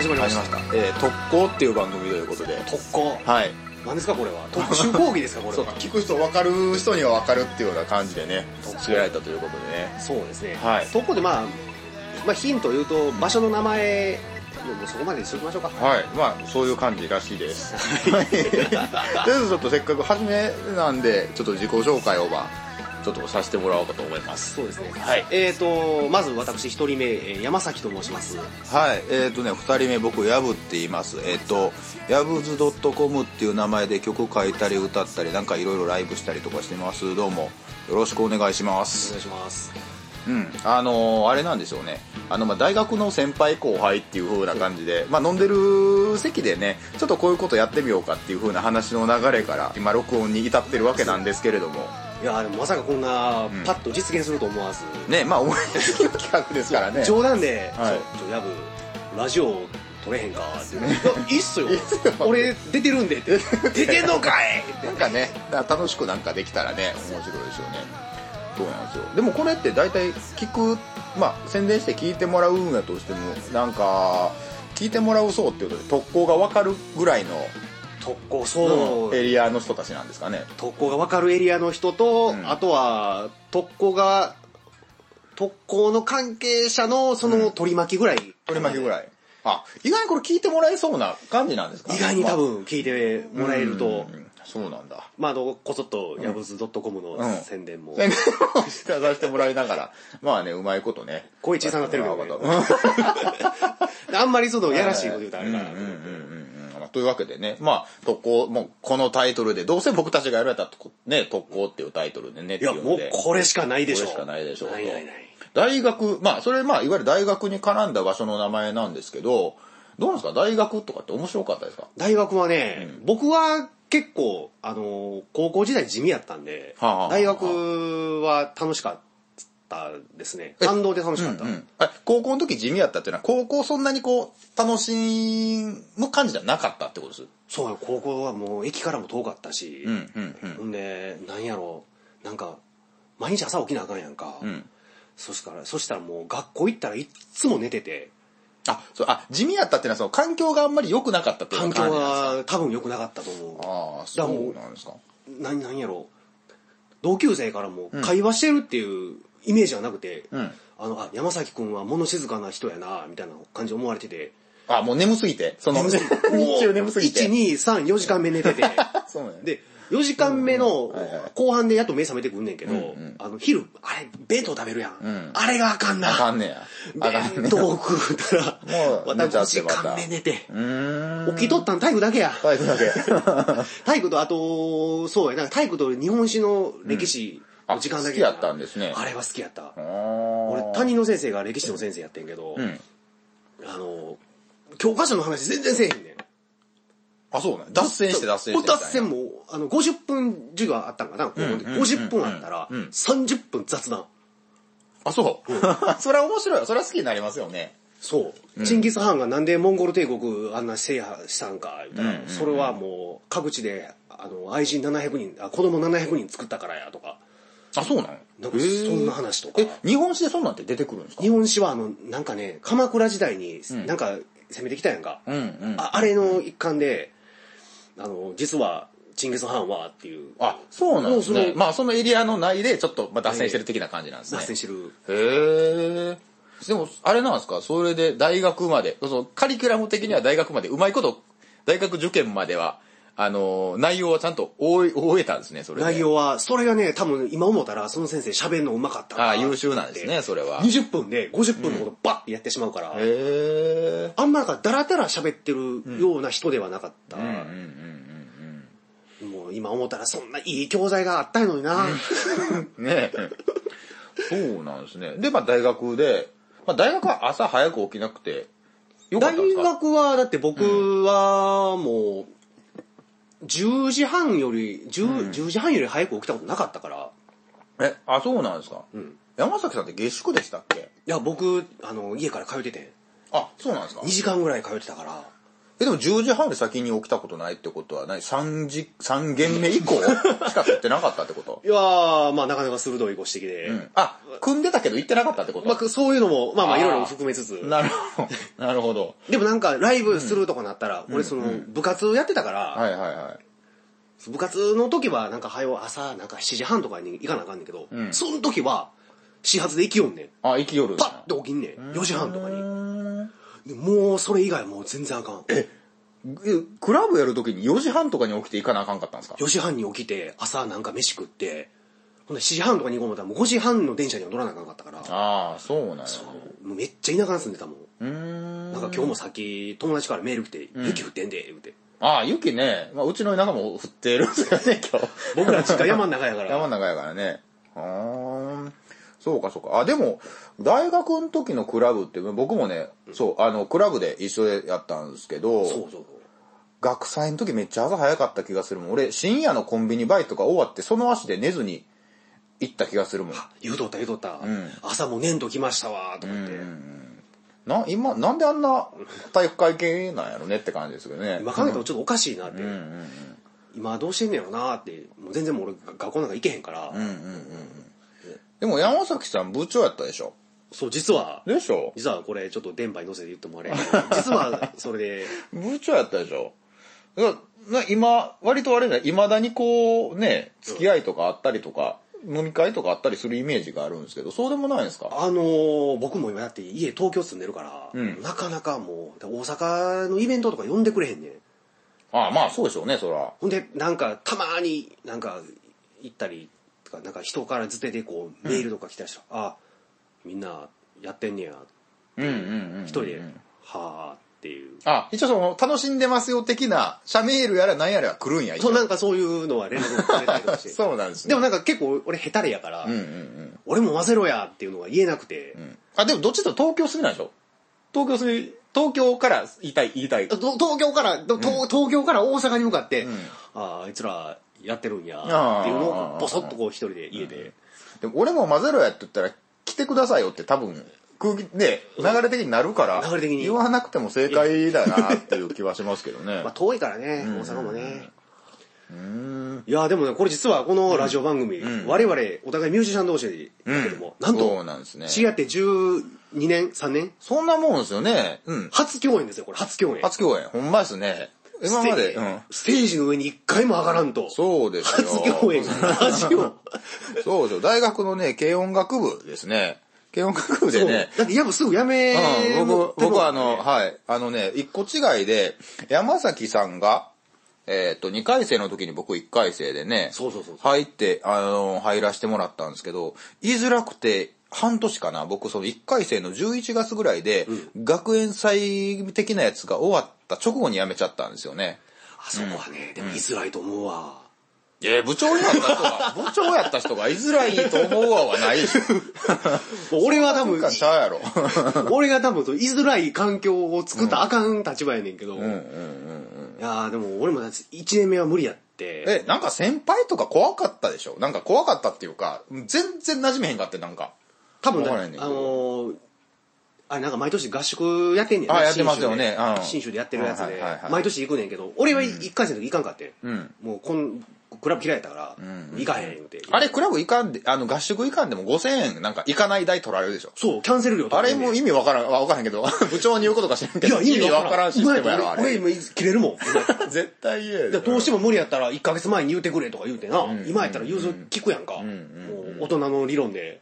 りましたえー特攻っていう番組ということで特攻はい何ですかこれは特殊講義ですかこれそうは聞く人分かる人には分かるっていうような感じでね作られたということでねそうですね、はいそこでまあ、まあ、ヒントを言うと場所の名前もうもうそこまでにしときましょうかはいまあそういう感じらしいですはい とりあえずちょっとせっかく初めなんでちょっと自己紹介をまあちょっとさせてもらおうかと思いますそうですね、はいえっ、とまず私一人目えー山崎と申しますはいえっ、とね2人目僕ヤブって言いますえっ、とヤブズ .com っていう名前で曲書いたり歌ったりなんかいろいろライブしたりとかしてますどうもよろしくお願いしまおす願いしますうん、あのーあれなんですよねあの、まあ、大学の先輩後輩っていう風な感じで、まあ、飲んでる席でねちょっとこういうことやってみようかっていう風な話の流れから今録音に至ってるわけなんですけれどもいやーでもまさかこんなうんパッと実現すると思わず、ねまあ思いつきの企画で すからね冗談で「はいちょちょやぶラジオ撮れへんか」 って言うのいやいいっすよいいっすよ俺出てるんで」 って「出てんのかい!」ってなんかねだから楽しくなんかできたらね面白いですよねそうなんですよでもこれって大体聞くまあ宣伝して聞いてもらうんやとしてもなんか聞いてもらうそうっていうことで特攻が分かるぐらいの特攻そう、エリアの人たちなんですかね特攻が分かるエリアの人と、うんあとは特攻が特攻の関係者のその取り巻きぐらい、取り巻きぐいらい。あ、意外にこれ聞いてもらえそうな感じなんですか意外に多分聞いてもらえると、うんそうなんだ。 まああのこそっとやぶず .com うんの宣伝も、宣伝をして出してもらいながら、まあね、うまいことね。声小さなってるけどねやってもらおうかとあんまりそのやらしいこと言うとあれかなとうん思うっんうんてうんうんまあというわけでね、まあ、特攻、もうこのタイトルで、どうせ僕たちがやられたとこね、特攻っていうタイトルでね、いやもうこれしかないでしょこれしかないでしょうとないないない大学、まあ、それ、まあ、いわゆる大学に絡んだ場所の名前なんですけど、どうなんですか大学とかって面白かったですか大学はね、僕は結構あの高校時代地味やったんで、はあはあ大学は楽しかったですねえ感動で楽しかった、うんうんあ高校の時地味やったっていうのは高校そんなにこう楽しむ感じじゃなかったってことですそうや高校はもう駅からも遠かったし、うんうんうんほんでなんやろなんか毎日朝起きなあかんやんか、んそしたらそしたらもう学校行ったらいっつも寝ててあそうあ地味やったっていうのはその環境があんまり良くなかったっていう環感じ境なんですかは多分良くなかったと思うああそうなんですか何何やろ同級生からも会話してるっていうイメージはなくて、うんあのあ山崎君は物静かな人やなみたいな感じで思われててあ もう眠すぎてその 日中眠すぎて123時間目寝ててそうなんやで4時間目のはいはい後半でやっと目覚めてくんねんけど、んあの昼あれ弁当食べるやん、んあれがあかんなあかんねやあかんね弁当食うたらもうまた寝ちゃ5って時また間目寝てうーん起きとったん体育だけや体育だけ 体育とあとそうやなんか体育と日本史の歴史の時間だけ、うんあ好きやったんですねあれは好きやった俺俺担任の先生が歴史の先生やってんけど、うんあの教科書の話全然せえへんねんあそうなんや脱線して脱線してみたいな脱線もあの50分授業あったんかな、高校でうんうん50分あったらうんうん30分雑談あそう それは面白いわそれは好きになりますよねそう、チンギス・ハーンがなんでモンゴル帝国あんな制覇したんか言ったら、うんうんうんそれはもう各地であの愛人700人あ子供700人作ったからやとかあそうなのなんかそんな話とかえ日本史でそんなんって出てくるんですか日本史はあのなんかね鎌倉時代にんなんか攻めてきたやんか、うんうんああれの一環であの実はチンギス・ハーンはっていうあ、そうなんですもうねそ。のまあ、そのエリアの内で、ちょっと、まあ、脱線してる的な感じなんですね。脱線してるへえ。でも、あれなんですかそれで大学まで、そのカリキュラム的には大学まで、うまいこと、大学受験までは、あのー、内容はちゃんと終え終えたんですね、それで。内容はそれがね多分今思ったらその先生喋るのうまかったなああ、優秀なんですね、それは。へ20分で50分のことバッてやってしまうから、え。あんまなんかダラダラ喋ってるような人ではなかった、うんうんうんうん。もう今思ったらそんないい教材があったのにな、 ねえ。そうなんですね。で、まあ、大学で、まあ、大学は朝早く起きなくて、よかっ大たんですか学はだって僕はもう10時半より 10,、10時半より早く起きたことなかったからえ、あ、そうなんですか、ん山崎さんって下宿でしたっけいや僕あの家から通っててんあ、そうなんですか2時間ぐらい通ってたからえでも10時半で先に起きたことないってことはない3時3軒目以 降しか食ってなかったってこといやー、まあなかなか鋭いご指摘で。うんあ組んでたけど行ってなかったってこと、まあそういうのも、まあまああーいろいろ含めつつ。なるほ どなるほどでもなんかライブするとかなったら、俺その部活やってたから、はいはいはい部活の時はなんか早う朝なんか7時半とかに行かなあかんねんけど、うんその時は始発で行きよんねん。あ生きよるんやパッと起きんねん。4時半とかうに。ーんでもうそれ以外もう全然あかん。ええクラブやるときに4時半とかに起きて行かなあかんかったんですか ?4 時半に起きて、朝なんか飯食って、ほんで7時半とかに行こう思ったらもう5時半の電車には乗らなあかんかったから、ああそうなんやもうめっちゃ田舎に住んでたもん。うーんなんか今日もさっき友達からメール来て、雪降ってんで、言うて。ああ雪ね、まあ、うちの田舎も降ってるんですよね今日僕ら実家山の中やから。山の中やからね。はーん。そうかそうか。あ、でも、大学の時のクラブって、僕もね、そう、あの、クラブで一緒でやったんですけど、そうそう学祭の時めっちゃ朝早かった気がするもん。俺、深夜のコンビニバイトが終わって、その足で寝ずに行った気がするもん。言うとった言うとった、朝もう粘土来ましたわーと思って、な、今、なんであんな体育会系なんやろねって感じですけどね。 今考えたらちょっとおかしいなって、今どうしてんねやろなーってもう全然もう俺学校なんか行けへんから、でも山崎さん部長やったでしょそう実はでしょ実はこれちょっと電波に乗せて言ってもあ れやけど実はそれで部長やったでしょだからな今割とあれだいまだにこうね付き合いとかあったりとか、飲み会とかあったりするイメージがあるんですけどそうでもないんですかあのー僕も今だって家東京住んでるから、んなかなかもう大阪のイベントとか呼んでくれへんねんああまあそうでしょうねそらほんでなんかたまになんか行ったりとかなんか人からずてでこうメールとか来たりしたら、あみんなやってんねやうんうんうん一人で、はあっていう。あ一応その楽しんでますよ的な社メールやら何やら来るんや一応そう、なんかそういうのは連絡くれたりとかして。 そうなんですでねもなんか結構俺ヘタレやから、うんうんうん俺も混ぜろやっていうのが言えなくて、うんあでもどっちと東京住みなんでしょ東京住み東京から言いたい言いたいと東京から、と東東京から大阪に向かって、んああ、あいつらやってるんやあーっていうのをボソッとこう一人で家で、でも俺も混ぜろやって言ったら来てくださいよって多分空気で流れ的になるから流れ的に言わなくても正解だなっていう気はしますけどねまあ遠いからね、大阪もね。いやでもね、これ実はこのラジオ番組、我々お互いミュージシャン同士だけども、なんそうと、なんですね知り合って12年、3年そんなもんですよねうん初共演ですよ、これ初共演。初共演ほんまですね今まステでうんステージの上に一回も上がらんと。そうですよ初共演ラジオ。そうですよ大学のね軽音楽部ですね軽音楽部でねそうだってやっぱすぐやめうん、もっ僕、ても僕はあの、はい、あのね、一個違いで、山崎さんが、えっ、と、2回生の時に僕1回生でね、そうそうそうそ入って、あの、入らせてもらったんですけど、言いづらくて、半年かな、僕その1回生の11月ぐらいで、学園祭的なやつが終わった直後に辞めちゃったんですよね。あそこはね、でも居づらいと思うわ。え部長やった人が、 部長やった人が居づらいと思うわはないで しょ。もう俺は多なん分か、ちゃうやろ。 俺が多分そう居づらい環境を作ったらあかん立場やねんけど。いやーでも俺も1年目は無理やって。え、なんか先輩とか怖かったでしょなんか怖かったっていうか、全然馴染めへんかって、なんか。多分だわあからへんねんけどのー、あれなんか毎年合宿やってんねんあやってますよねうん新州でやってるやつはいではいはい、毎年行くねんけど、俺は1回生の時行かんかって。んもうこん、クラブ嫌いやったから、行かへん言うて。あれ、クラブ行かんで、あの、合宿行かんでも5000円なんか行かない代取られるでしょそう、キャンセル料とあかねれも意味わからん、わからんけど、 部長に言うことか知らんけいど、や、意味わわかかららんんし。システムやろ、あ俺、れ。今、切れるも ん。絶対言えでどうしても無理やったら、1ヶ月前に言うてくれとか言うてな、今やったら融通聞くやんか。もう、大人の理論で。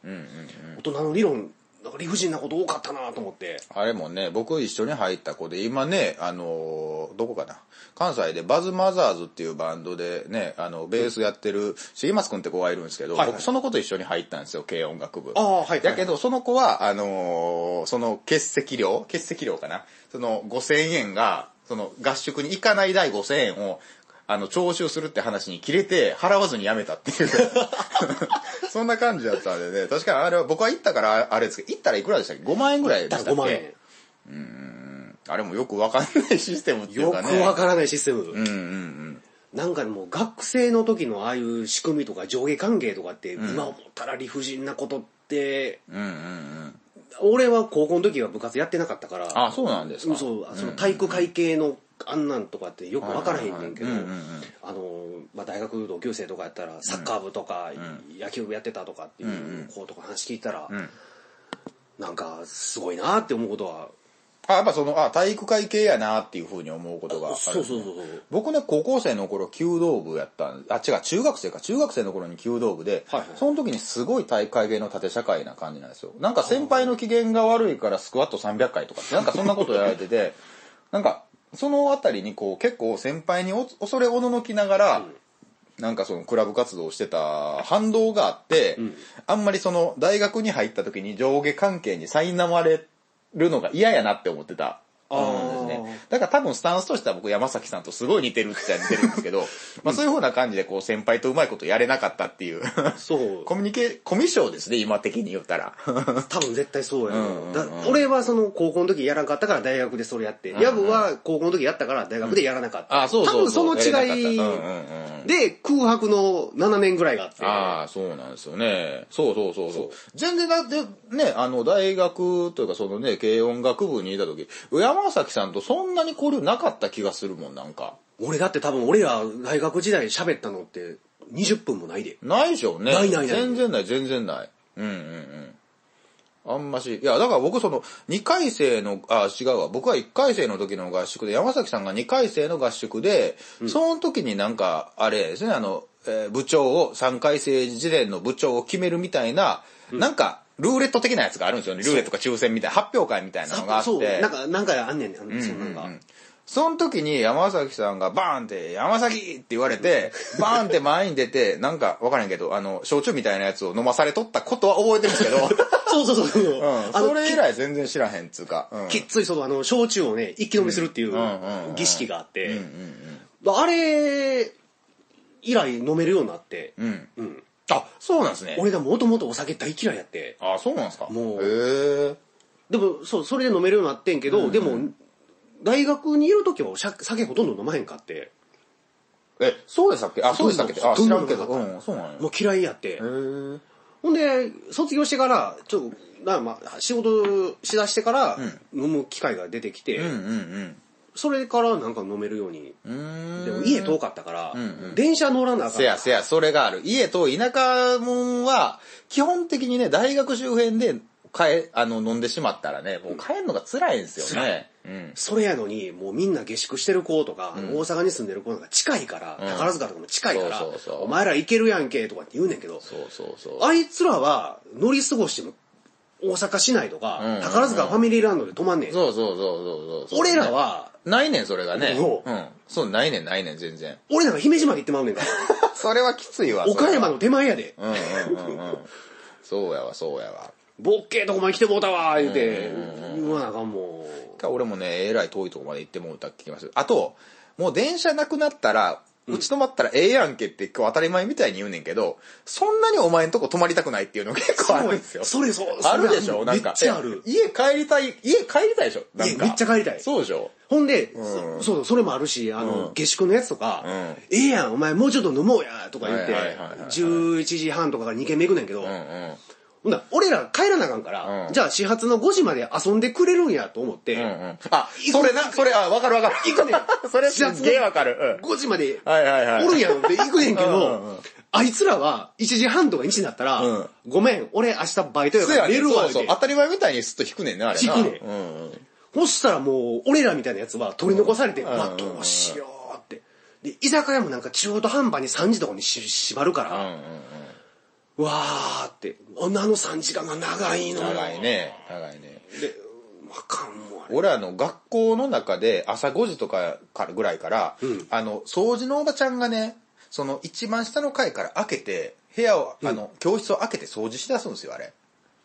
大人の理論、なんか理不尽なこと多かったなと思って。あれもね、僕一緒に入った子で、今ね、あのーどこかな。関西でバズマザーズっていうバンドでね、あの、ベースやってる、シーマス君って子がいるんですけど、はいはい僕その子と一緒に入ったんですよ、軽音楽部。ああはいはいだけど、その子は、あのーその欠席料欠席料かなその5000円が、その合宿に行かない代5000円を、あの、徴収するって話に切れて、払わずに辞めたっ ていう。そんな感じだったんでね。確かにあれは、僕は行ったからあれですけど、行ったらいくらでしたっけ ?5 万円ぐらいでだしからたっ5万け円。あれもよくわかんないシステムっていようくかね。わからないシステム。うんうんうん。なんかもう学生の時のああいう仕組みとか上下関係とかって、今思ったら理不尽なことって、うんうんうん。俺は高校の時は部活やってなかったから、あ、そうなんですか。そう、その体育会系のあんなんとかってよく分からへんねんけど、はいはいはいうんうんうんあのまあ、大学同級生とかやったらサッカー部とか野球部やってたとかっていう子とか話聞いたら、んなんかすごいなって思うことはあやっぱそのあ体育会系やなっていうふうに思うことがあるそうそうそうそう僕ね高校生の頃弓道部やったんあ違う中学生か中学生の頃に弓道部で、はいはいその時にすごい体育会系の縦社会な感じなんですよなんか先輩の機嫌が悪いからスクワット300回とかってなんかそんなことやられててなんかそのあたりにこう結構先輩にお恐れおののきながら、なんかそのクラブ活動をしてた反動があって、あんまりその大学に入った時に上下関係に苛まれるのが嫌やなって思ってた。うんですね。だから多分スタンスとしては僕山崎さんとすごい似てるっちゃ似てるんですけど、まあそういう風な感じでこう先輩とうまいことやれなかったって いう。そうコミュニケ、コミュ障ですね、今的に言ったら。多分絶対そうやと思うだ俺はその高校の時やらんかったから大学でそれやって、ヤブは高校の時やったから大学でやらなかった。あ、そうそう多分その違いやれなかったうんうんうんで空白の7年ぐらいがあって。ああ、そうなんですよね。そうそうそうそう。全然だってね、あの、大学というかそのね、軽音楽部にいた時、山崎さんとそんなに交流なかった気がするもん、なんか。俺だって多分俺ら大学時代喋ったのって20分もないで。ないでしょうね。ないないない全然ない、全然ない。うんうんうん。あんまし、いや、だから僕その、2回生の、あ、違うわ。僕は1回生の時の合宿で、山崎さんが2回生の合宿で、その時になんか、あれですね、あの、えー部長を、3回生時点の部長を決めるみたいな、なんか、ルーレット的なやつがあるんですよね。ルーレットか抽選みたいな、発表会みたいなのがあって。そう、なんか、なんかあんねんねん、あのそんなんが。その時に山崎さんがバーンって、山崎って言われて、バーンって前に出て、なんかわからんけど、あの、焼酎みたいなやつを飲まされとったことは覚えてるんです けど、そうそうそうそう。うん、あのそれ以来全然知らへんっつうか、うん。きっついその、あの、焼酎をね、一気飲みするっていううんうんうん儀式があって、あれ、以来飲めるようになって、うん。うん。あ、そうなんです ね。俺がもともとお酒大嫌いやって、あ、そうなんですか。もうへえ。でも、そう、それで飲めるようになってんけど、でも、大学にいる時はおしゃ酒ほとんど飲まへんかって、え、そうでしたっけあ、そうでしたっけあ、どん知どらんんけど。どんどんうん、そうなんや。もう嫌いやって。へえ。ほんで、卒業してから、ちょっと、なまあ、仕事しだしてから、飲む機会が出てきて、うんうんそれからなんか飲めるように。うん。うーん。でも家遠かったから、電車乗らなあかせん。やせや、それがある。家と田舎もんは、基本的にね、大学周辺で、かえ、あの、飲んでしまったらね、もう帰るのが辛いんですよね。うん。それやのに、もうみんな下宿してる子とか、あの大阪に住んでる子なんか近いから、宝塚とかも近いから、そうそうそうお前ら行けるやんけとかって言うねんけど、そうそうそう。あいつらは乗り過ごしても大阪市内とか、うん宝塚ファミリーランドで泊まんねん。そうそうそうそうそう。俺ら、は、ないねん、それがね。そううん。そう、ないねん、ないねん、全然。俺なんか姫路まで行ってまうねんから。 それはきついわ。岡山の。の手前やで。うんうんうんうん。そうやわ、そうやわ。ボッケーとこまで来てもうたわー言うて、言わなあかんもん。俺もね、えらい遠いとこまで行ってもうたって聞きます。あと、もう電車なくなったら、うち泊まったらええやんけって今日当たり前みたいに言うねんけど、そんなにお前んとこ泊まりたくないっていうの結構あるんですよ。それそう。あるでしょそなれんか。めっちゃある。え家帰りたい、家帰りたいでしょなんか。家めっちゃ帰りたいそうでしょほんで、そそう、それもあるし、あの、下宿のやつとか、んええやん、お前もうちょっと飲もうや、とか言ってはいはいはいはい、 11時半とかから2軒目行くねんけど、うんうん。ほんなら俺ら帰らなあかんから、うんじゃあ始発の5時まで遊んでくれるんやと思って、うんうん。あ、それな、それ、あ、わかるわかる。行くね それすっげえわかる。 5時までうん。はいはいはい。おるやんって行くねんけうんうんうど、あいつらは1時半とか1時になったら、うんごめん、俺明日バイトやかそうやらね寝るわそうってそう。当たり前みたいにすっと引くねんね、あれな。引くねんうんうん。そしたらもう、俺らみたいなやつは取り残されて、うわ、うんどうしようって。で、居酒屋もなんか中途半端に3時とかにし縛るかうんうんら、うん。うわーって、あの3時間が長いの。長い。ね。長いね。で、わかんもんあれ。俺あの学校の中で朝5時とかからぐらいから、あの掃除のおばちゃんがねその一番下の階から開けて部屋を、あの教室を開けて掃除しだすんですよあれ、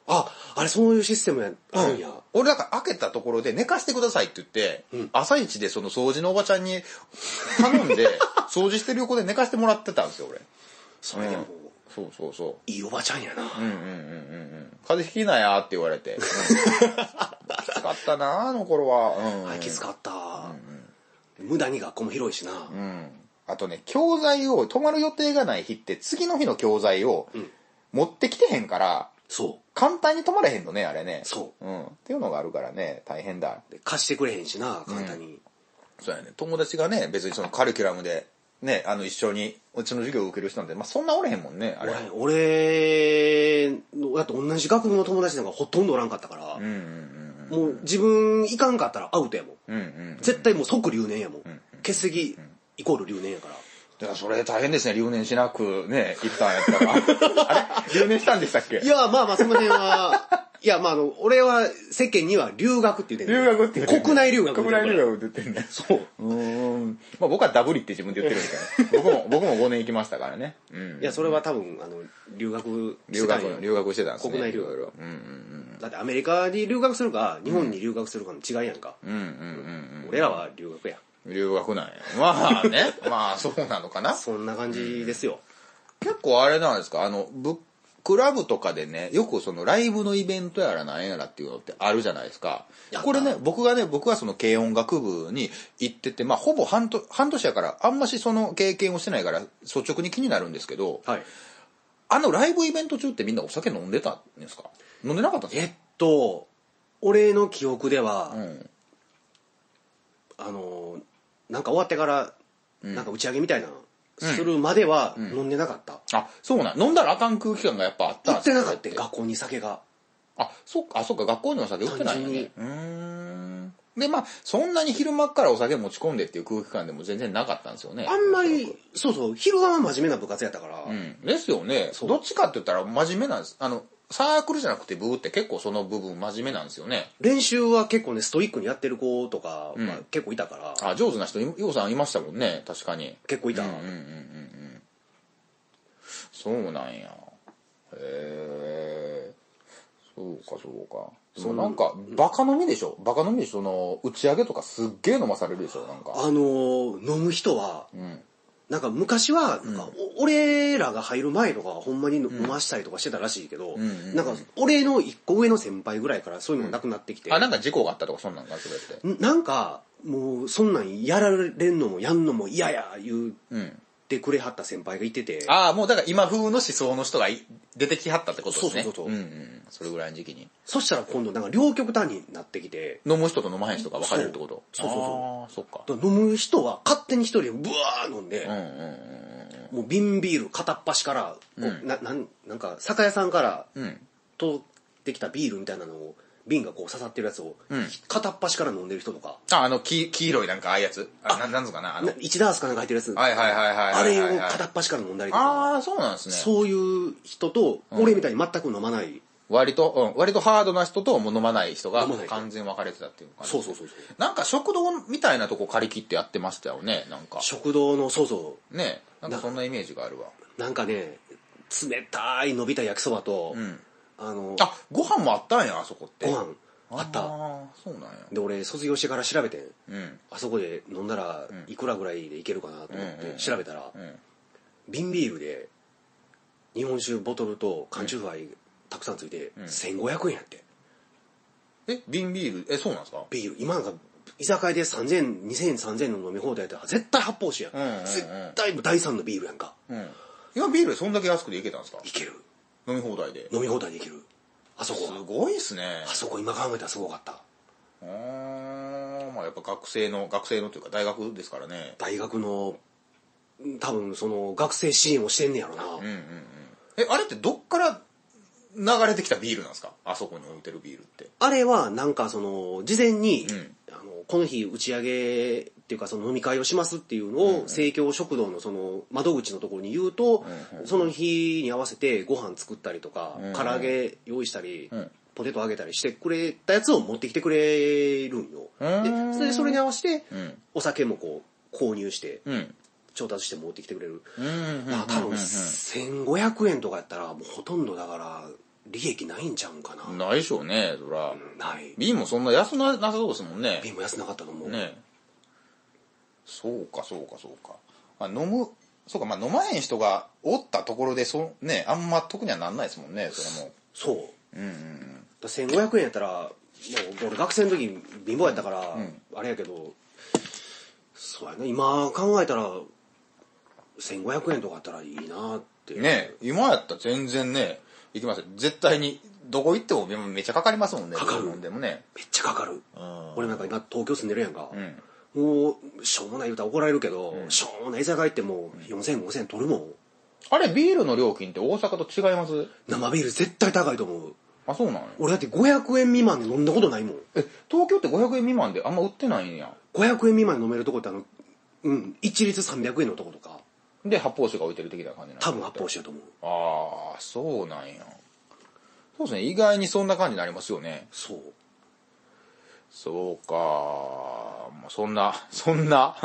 あ、あれそういうシステムや、あるんや。俺だから開けたところで寝かしてくださいって言って、朝一でその掃除のおばちゃんに頼んで 掃除してる横で寝かしてもらってたんですよ俺それでも、そうそうそういいおばちゃんやな。風邪ひきなやって言わ れて、うんきつかったなあの頃は、うんあい、きつかった、無駄に学校も広いしな。あとね、教材を、泊まる予定がない日って、次の日の教材を持ってきてへんから、そ簡単に泊まれへんのね、あれね。。そううん。っていうのがあるからね、大変だう。。で貸してくれへんしな、簡単に。そうやね友達がね別にそのカリキュラムでねあの一緒にうちの授業を受ける人なんて、まあ、そんなおれへんもんねあれ俺俺のだって同じ学部の友達なんかほとんどおらんかったから、うんうんもう自分行かんかったらアウトやもん、うんうんうん絶対もう即留年やもん、欠席イコール留年やからだからそれ大変ですね留年しなくね行ったんやった らあれ留年したんでしたっけいやまあまあその辺は いやまああの俺は世間には留学って言ってんねん留学って言ってんねん国内留学国内留学って言ってん ねそううーんまあ僕はダブリって自分で言ってるみたいな僕も僕も5年行きましたからねうんいやそれは多分あの留学留学留学してたんですね国内留いろい学ろうんだってアメリカに留学するか日本に留学するかの違いやんか、うんうんうん俺らは留学やうん留学なんやまあね まあそうなのかなそんな感じですよ、結構あれなんですかあのブックラブとかでねよくそのライブのイベントやらなんやらっていうのってあるじゃないですかやったこれね僕がね僕はその軽音楽部に行っててまあほぼ半年半年やからあんましその経験をしてないから率直に気になるんですけどはいあのライブイベント中ってみんなお酒飲んでたんですか飲んでなかったんですえかっと俺の記憶では、んあのなんか終わってから、なんか打ち上げみたいなのするまでは飲んでなかった、あ、そうなん。飲んだらあかん空気感がやっぱあったん行ってですねなかったよ学校に酒があ、そっか、あ、そっか、学校にお酒売ってないよね単。うーん。で、まあ、そんなに昼間からお酒持ち込んでっていう空気感でも全然なかったんですよね。あんまりそうそう昼間は真面目な部活やったから、うん。ですよね。そうどっちかって言ったら真面目なんです。あの、サークルじゃなくて部って結構その部分真面目なんですよね。練習は結構ねストイックにやってる子とか、まあうん結構いたからあ、上手な人、いようさんいましたもんね。確かに。結構いた、そうなんや。へえ。そうか、そうか。でそもうなんか、バカ飲みでしょバカ飲みでしょその、打ち上げとかすっげえ飲まされるでしょなんか。あのー飲む人は、んなんか昔はなんか、お俺らが入る前とかはほんまに飲ましたりとかしてたらしいけど、んうんうんなんか俺の一個上の先輩ぐらいからそういうのなくなってきて、あ、なんか事故があったとかそんなんか、それって。んなんかもうそんなんやられんのもやんのも嫌や言ううん。てくれはった先輩がいてて、ああ、もうだから今風の思想の人がい出てきはったってことですね。そうそうそうそうんうん。それぐらいの時期に。そしたら今度なんか両極端になってきて、飲む人と飲まへん人が分かれるってことそうそうそうそうああ、そっか。飲む人は勝手に一人でブワー飲んで、うんうんもう瓶ビール片っ端から、こうななんなんか酒屋さんからうん。うん。取ってきたビールみたいなのを瓶がこう刺さってるやつを、うん片っ端から飲んでる人とかあ、あの、黄黄色いなんかああいうやつ。あ、なんなんつうかな。あのな、1ダースかなんか入ってるやつ、はいはいはいはいはいはいはい。あれを片っ端から飲んだりとか、ああ、そうなんですね。そういう人と俺みたいに全く飲まない、割と、うん、割とハードな人ともう飲まない人が飲まない人完全に分かれてたっていう感じ。そうそうそうそうなんか食堂みたいなとこ借り切ってやってましたよね、なんか。食堂のそうそねなんかそんなイメージがあるわ。うなんかね冷たい伸びた焼きそばと、うん。あのあ、ご飯もあったんや、あそこって。ご飯あったあーそうなんや。で俺卒業してから調べてんうん。あそこで飲んだらいくらぐらいでいけるかなと思っうんうんてうん調べたらうん。瓶ビールで日本酒ボトルと缶チューハイたくさんついて1500円やってえ、瓶ビール、え、そうなんですかビール今なんか居酒屋で3000円2000円3000円の飲み放題やったら絶対発泡酒やん,、んうんうん絶対第3のビールやんかうん。今ビールそんだけ安くでいけたんですかいける飲み放題で。飲み放題でいけるあそこすはごいっすねあ。そこ今考えたらすごかったうーん。まあやっぱ学生の、学生のというか大学ですからね。大学の多分その学生支援をしてんねやろな、うんうんうん。え、あれってどっから流れてきたビールなんですかあそこに置いてるビールって。あれはなんかその事前に、うんあのこの日打ち上げっていうかその飲み会をしますっていうのを生協食堂のその窓口のところに言うと、その日に合わせてご飯作ったりとか、うん唐揚げ用意したり、んポテト揚げたりしてくれたやつを持ってきてくれるんよ。うんでそれそれに合わせて、んお酒もこう購入してうん。調達して持ってきてくれる。うんうんうんまあ多分1500円とかやったらもうほとんどだから利益ないんちゃうんかな。うん。ないでしょうね、そら。ない。瓶もそんな安ななさそうですもんね。瓶も安なかったと思う。ねえそうかそうかそうかあ飲むそうかまあ飲まへん人がおったところでそねあんま得にはなんないですもんねそれもそう。だ1500円やったら、もう俺学生の時貧乏やったから、あれやけど、そうやな、今考えたら、1500円とかあったらいいなって。ねえ今やったら全然ね行きますよ絶対にどこ行ってもめっちゃかかりますもんねかかる日本でもねめっちゃかかる。俺なんか今東京住んでるやんか。もうしょうもない言うたら怒られるけど、しょうもない居酒屋行っても4000、5000取るもんあれ、ビールの料金って大阪と違います生ビール絶対高いと思うあ、そうなの俺だって500円未満で飲んだことないもんえ、東京って500円未満であんま売ってないんや。 500円未満で飲めるとこってあのうん一律300円のとことかで、発泡酒が置いてる的な感じなの多分発泡酒やと思うああ、そうなんや。そうですね、意外にそんな感じになりますよね。そうそうか、まあ、そんな、 そんな、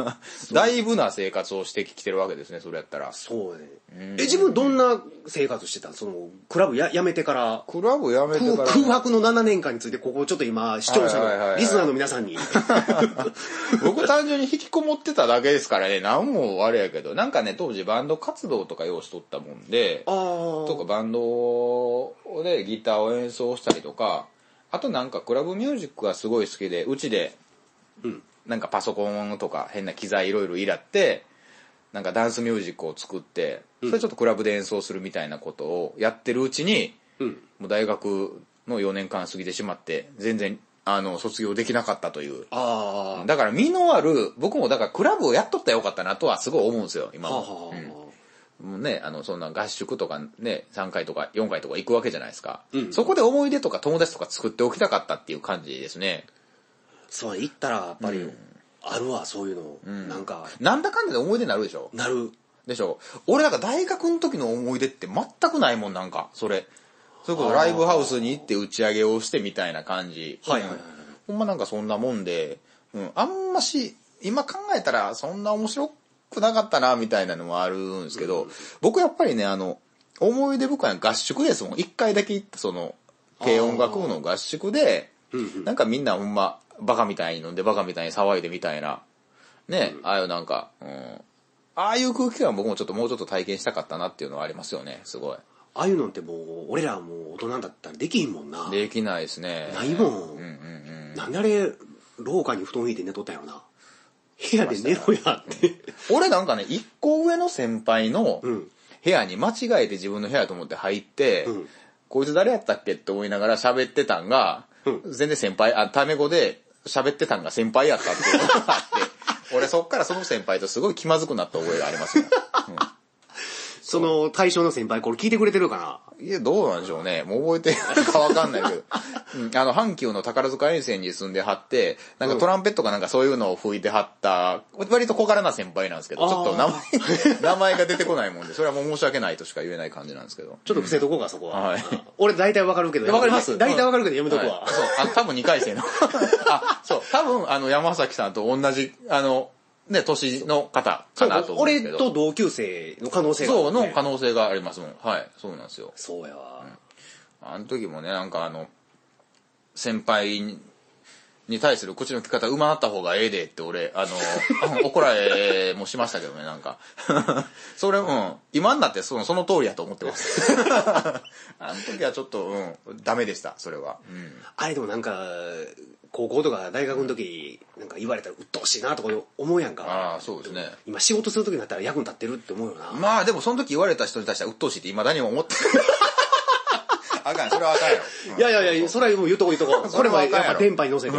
だいぶな生活をしてきてるわけですね、それやったら。そうねえ自分どんな生活してたのそのクラブややめてからクラブやめ空てから。空白の7年間についてここちょっと今視聴者はいはいはいはのいリスナーの皆さん に僕単純に引きこもってただけですからね、なんもあれやけど、なんかね、当時バンド活動とか用意しとったもんで、あとーかバンドでギターを演奏したりとか、あとなんかクラブミュージックがすごい好きで、うちで、うんなんかパソコンとか変な機材いろいろいらって、なんかダンスミュージックを作って、それちょっとクラブで演奏するみたいなことをやってるうちに、うんもう大学の4年間過ぎてしまって、全然、あの、卒業できなかったという。あだから身のある、僕もだからクラブをやっとったらよかったなとはすごい思うんですよ、今あはあも。はうんもうね、あの、そんな合宿とかね、3回とか4回とか行くわけじゃないですか。うんそこで思い出とか友達とか作っておきたかったっていう感じですね。あそうね行ったらやっぱりあるわそういうの、なんかなんだかんだで思い出になるでしょなるでしょ俺なんか大学の時の思い出って全くないもんなんか、それ。それこそライブハウスに行って打ち上げをしてみたいな感じ。はいはいはいうんほんまなんかそんなもんで、うん、あんまし、今考えたらそんな面白くなかったな、みたいなのもあるんですけど、僕やっぱりね、あの、思い出深い合宿ですもん。一回だけ行ったその、軽音楽部の合宿で、なんかみんなほんま、バカみたいに飲んでバカみたいに騒いでみたいな、ね、ああいうなんか、うん、ああいう空気感は僕もちょっともうちょっと体験したかったなっていうのはありますよね、すごい。ああいうのってもう俺らもう大人だったらできひんもんなできないですね。ないもん,、うんうんなんであれ廊下に布団引いて寝とったんやろな部屋で寝ろやって、うん。俺なんかね、一個上の先輩のうん部屋に間違えて自分の部屋と思って入って、うんこいつ誰やったっけって思いながら喋ってたんが、うん全然先輩、あ、タメ語で喋ってたんが先輩やったっていうのがあ って、俺そっからその先輩とすごい気まずくなった覚えがありますよ。その対象の先輩これ聞いてくれてるかいや、どうなんでしょうね。もう覚えてるかわかんない けど。うん、あの、阪急の宝塚沿線に住んではって、なんかトランペットかなんかそういうのを吹いてはった、割と小柄な先輩なんですけど、あーちょっと名前、 名前が出てこないもんで、それはもう申し訳ないとしか言えない感じなんですけど。ちょっと伏せとこうかそこは、はい俺大体わかるけどわかります大体わかるけどやめとこうは、はいそう、あの、多分2回 生の。あ、そう、多分あの、山崎さんと同じ、あの、ね、年の方かなとそう思うんで俺すけど。と同級生の可能性があるそう、のね可能性がありますもん。はい、そうなんですよ。そうやわ、あの時もね、なんかあの、先輩に対する口の利き方、うまなった方がええでって俺、あの、 怒られもしましたけどね、なんか。 それ、うん。今になってそのその通りやと思ってます。 あの時はちょっと、うん、ダメでした、それは。うん。あれでもなんか高校とか大学の時なんか言われたら鬱陶しいなとか思うやんかああ、そうですね。今仕事する時になったら役に立ってるって思うよな、まあでもその時言われた人に対しては鬱陶しい って今何も思ってる。あかん、それはあかんやろ。うんいやいやいや、それはもう言うとこ言うとこ。こ それれもはやあっかんやぱろ電波に乗せて、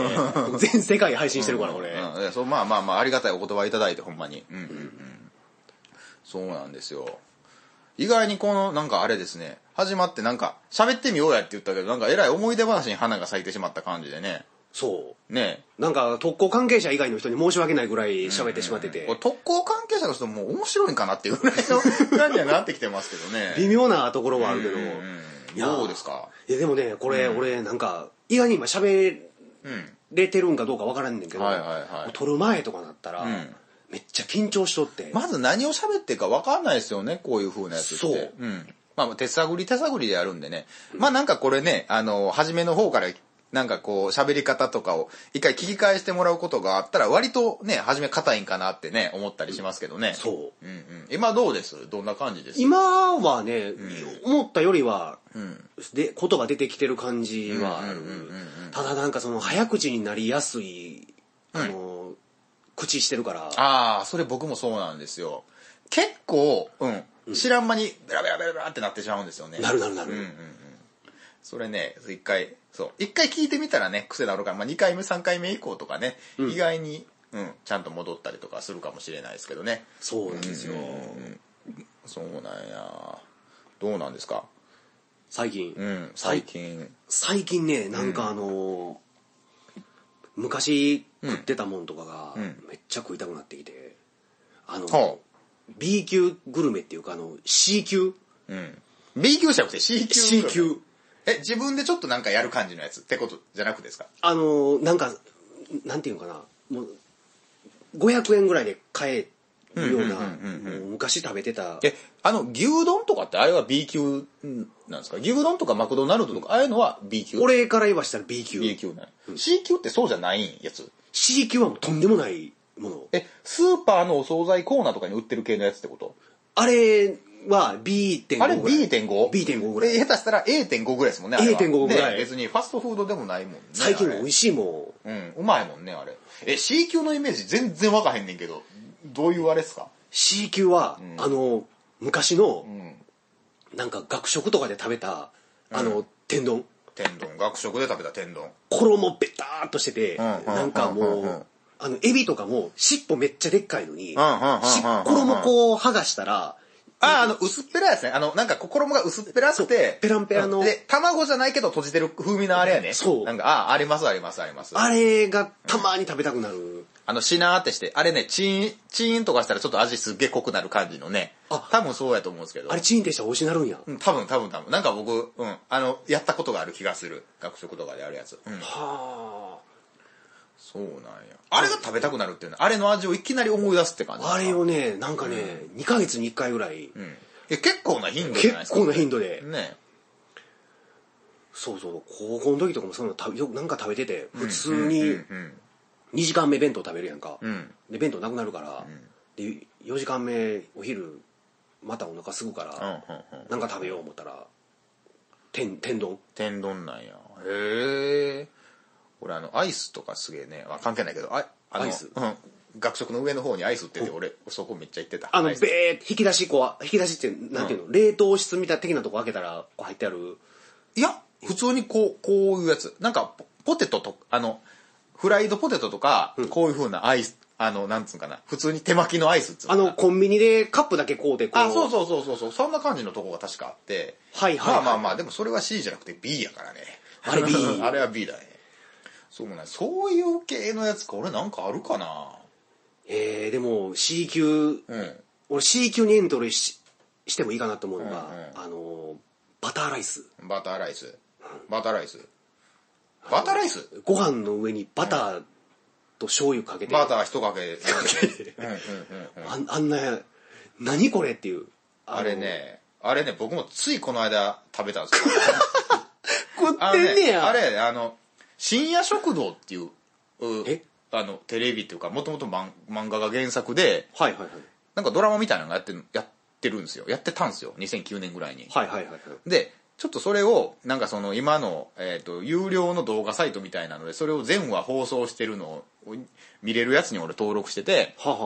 全世界配信してるから、俺。うんいやそうまあまあまあありがたいお言葉いただいてほんまにうんうんうんそうなんですよ意外にこのなんかあれですね始まってなんか喋ってみようやって言ったけどなんかえらい思い出話に花が咲いてしまった感じでねそねう。なんか、特攻関係者以外の人に申し訳ないぐらい喋ってしまっててこれ。特攻関係者の人も面白いんかなっていうぐらいの感じにはなってきてますけどね 微妙なところはあるけど。うんいやどうですかいや、でもね、これ、俺、なんか、意外に今喋うんれてるんかどうかわからんねんけど、はいはいはいもう撮る前とかだったら、んめっちゃ緊張しとって。まず何を喋ってるか分かんないですよね、こういう風なやつって。そううん。まあ、手探り手探りでやるんでね。まあなんかこれね、あの、初めの方から、なんかこう、喋り方とかを一回聞き返してもらうことがあったら、割とね、初め硬いんかなってね、思ったりしますけどね。う。そう。うんうん。今どうですどんな感じです今はね、思ったよりは、うん。で言葉出てきてる感じはあるただなんかその早口になりやすい、あの口してるからああ、それ僕もそうなんですよ。結構、うん。知らん間に、ベラベラベラベラってなってしまうんですよね。なるなるなる、それね、一回、そう、一回聞いてみたらね、癖なるから、まあ、二回目、三回目以降とかね、意外に、うん、ちゃんと戻ったりとかするかもしれないですけどねそうなんですよ、そうなんやどうなんですか最近、うん最最近最近ねなんかあのー昔食ってたもんとかがうんめっちゃ食いたくなってきてあの、ほ B 級グルメっていうかあの C 級う、うん、B 級じゃなくて C 級 C 級え自分でちょっとなんかやる感じのやつってことじゃなくですかあのーなんかなんていうのかなもう500円ぐらいで買えるようなもう昔食べてたえあの牛丼とかってあれは B 級なんですか牛丼とかマクドナルドとかああいうのは B 級俺から言わしたら B 級 B 級なんや C 級ってそうじゃないやつ C 級はもうとんでもないものえスーパーのお惣菜コーナーとかに売ってる系のやつってことあれは B.5 ぐらあいれ B.5? B.5 ぐらいえ下手したら0.5ぐらいですもんねあれは0.5ぐらいね別にファストフードでもないもんね最近あれ美味しいもんうんうまいもんねあれえ C 級のイメージ全然わかへんねんけどどういうあれっすか C 級は、あの昔のんなんか学食とかで食べたあの天丼天丼学食で食べた天丼衣ベターっとしててんうんなんかうんもうんうあのエビとかも尻尾めっちゃでっかいのにしんうんうんうん衣こう剥がしたらああ、あの、薄っぺらいですね。あの、なんか、衣が薄っぺらくて。ペランペラので、卵じゃないけど閉じてる風味のあれやね。そうなんか、ああ、ありますありますあります。あれがたまに食べたくなるあの、しなーってして、あれね、チーン、チーンとかしたらちょっと味すっげえ濃くなる感じのね。あ多分そうやと思うんですけど。あれチンってしたら美味しなるんやうん、多分多分多分。なんか僕、うん、あの、やったことがある気がする。学食とかであるやつ。うん。はそうなんや。あれが食べたくなるっていうのは、あれの味をいきなり思い出すって感じですあか。あれをねなんかね2ヶ月に1回ぐらいうん。え、結構な頻度じゃな結いですか。構な頻度でね。そうそう高校の時とかもそういうの食べよくなんか食べてて普通うにんうん。 2時間目弁当食べるやんか、うん。で弁当なくなるから、で4時間目お昼またお腹すくかうんうんら、うん。なんか食べよう思ったら天天丼天丼なんやへえ俺あのアイスとかすげえねあ関係ないけどああのアイスうん学食の上の方にアイス売ってて俺そこめっちゃ行ってたあのアべイスーって引き出しこう引き出しってなんていうの、冷凍室みたいな的なとこ開けたらこう入ってあるいや普通にこうこういうやつなんかポポテトとあのフライドポテトとか、こういう風なアイスあのなんつうんかな普通に手巻きのアイスっつうあかなのコンビニでカップだけこうでこうあそうそうそうそうそうそんな感じのとこが確かあってはいはいはいまあまあまあでもそれは C じゃなくて B やからねあれ B あれは B だねそうもないそういう系のやつか俺なんかあるかなえーでも C 級、うん俺 C 級にエントリーししてもいいかなと思うのが、うんうんあのーバターライスバターライス。バターライス。バターライスご飯の上にバターと醤油かけて、バター一かけ。うんうんうんあんあんな、何これっていう。あれの。ね、あれね、僕もついこの間食べたんで すよ。食あっのてんねね、や。あれ、あの、深夜食堂っていう、うえあの、テレビっていうか、もともと漫漫画が原作で、はいはいはい。なんかドラマみたいなのがやってる、やってるんですよ。やってたんですよ。2009年ぐらいに。はいはいはいはい。で、ちょっとそれを、なんかその今の、えっ、と、有料の動画サイトみたいなので、それを全話放送してるのを見れるやつに俺登録してて、はあ、は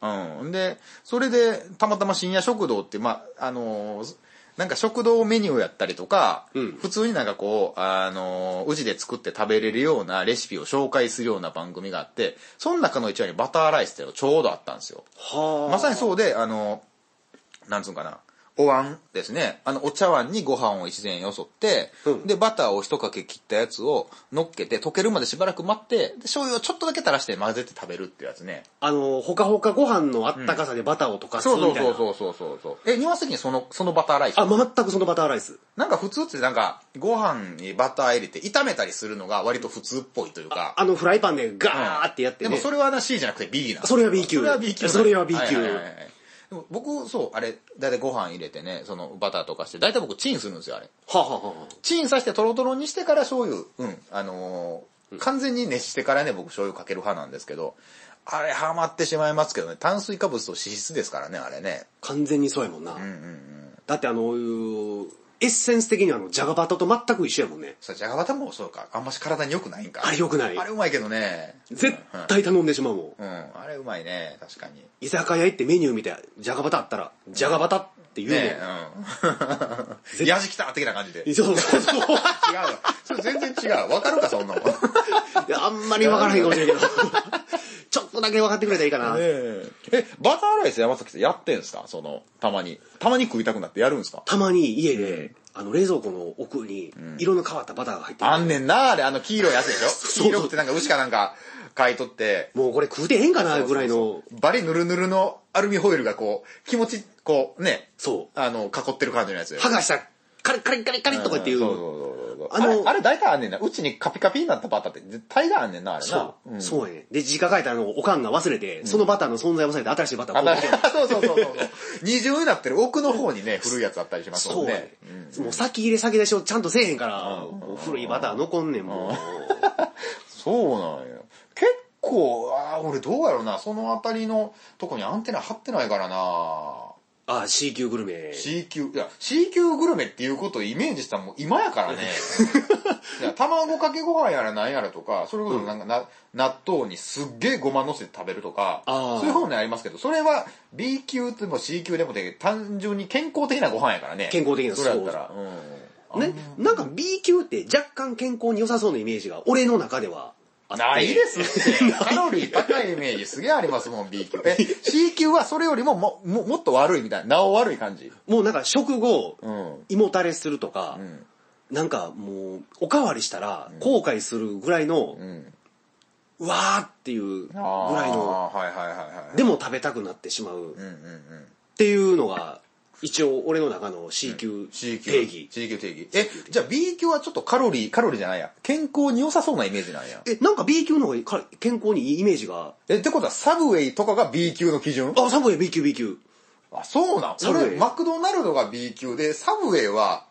あはあはあ、うん。で、それで、たまたま深夜食堂って、まあ、あのーなんか食堂メニューやったりとか、うん普通になんかこう、あのーうちで作って食べれるようなレシピを紹介するような番組があって、その中の一話にバターライスっていうのがちょうどあったんですよ。はあ。まさにう。そうで、あの、なんつうんかな、お椀ですね。あの、お茶碗にご飯を一膳よそって、うんで、バターを一かけ切ったやつを乗っけて、溶けるまでしばらく待って、で醤油をちょっとだけ垂らして混ぜて食べるってやつね。あの、ほかほかご飯のあったかさでバターを溶かすみそたういそな。うそうそうそうそうそう。え、庭的にその、そのバターライス。あ、全くそのバターライス。なんか普通ってなんか、ご飯にバター入れて炒めたりするのが割と普通っぽいというか。あのフライパンでガーってやってね。でもそれはな C じゃなくて B なんですそよれは B 級それは B 級それは B 級いいいはいでも僕そうあれだいたいご飯入れてねそのバターとかしてだいたい僕チンするんですよあれはあ、はあはあ、チンさしてトロトロにしてから醤油うんあのー完全に熱してからね僕醤油かける派なんですけどあれハマってしまいますけどね炭水化物と脂質ですからねあれね完全にそうやもんな。だってあの、いうエッセンス的にはあの、ジャガバタと全く一緒やもんね。そうじゃがバタもそうかあんまし体に良くないんかあれ良くないあれうまいけどね絶対頼んでしまうもん。うんあれうまいね確かに居酒屋行ってメニュー見て、ジャガバタあったら、ジャガバタって言うもん。ねえ うんやじきた的な感じ でそうそうそう。 違うわ それ全然違う。わかるか、そんなもん。 いやあんまり分からへんかもしれんけど。ちょっとだけ分かってくれたらいいかな。えええ、バターライス山崎さんやってんすかその、たまに。たまに食いたくなってやるんすかたまに家で、あの冷蔵庫の奥に色の変わったバターが入ってる、あんねんな、あれ、あの黄色いやつでしょそう黄色くてなんか牛かなんか買い取って、もうこれ食うてええんかなぐらいのそうそうバリヌルヌルのアルミホイルがこう、気持ち、こう、ね、そうあの、囲ってる感じのやつ。剥がしたらカリッカリッカリッカリッとかっていう,、そうそうそうそう。ああのれ、あれ大体あんねんな。うちにカピカピになったバターって絶対があんねんな、あれなそ。う、んそうやね。で、実家帰ったらあの、おかんが忘れて、そのバターの存在を忘れて新しいバターを買うてきてあ そうそうそうそう。二重になってる奥の方 にね、古いやつあったりしますもそんうやねね。。もう先入れ先出しをちゃんとせえへんから、もう古いバター残んねん、もう。そうなんや。結構、ああ、俺どうやろうな。そのあたりのとこにアンテナ張ってないからな。あ、C 級グルメ。 C 級、いや、C 級グルメっていうことをイメージしたらもう今 やからね。いや卵かけご飯やらなんやらとか、それこそなんかな、納豆にすっげえごま乗せて食べるとか、あーそういう方ねありますけど、それは B 級でも C 級でもで単純に健康的なご飯やからね。健康的なそれやったら。うんね、なんか B 級って若干健康に良さそうなイメージが、俺の中ではあって。ない ですって。カロリー高いイメージすげえありますもん、B 級。え、C 級はそれよりもも、も、もっと悪いみたいな。なお悪い感じ。もうなんか食後、うん。胃もたれするとか、んなんかもう、おかわりしたら後悔するぐらいの、ううん。わーっていうぐらいの、あーはいはいはいはい。でも食べたくなってしまううっんうんうん。ていうのが、一応俺の中の C 級 C 級。定義。 C 級定義。え、じゃあ B 級はちょっとカロリー、カロリーじゃないや。健康に良さそうなイメージなんや。え、なんか B 級の方がか健康にいいイメージが、え、ってことはサブウェイとかが B 級の基準あ、サブウェイ B 級 B 級。あ、そうなんサブウェイ俺、マクドナルドが B 級で、サブウェイは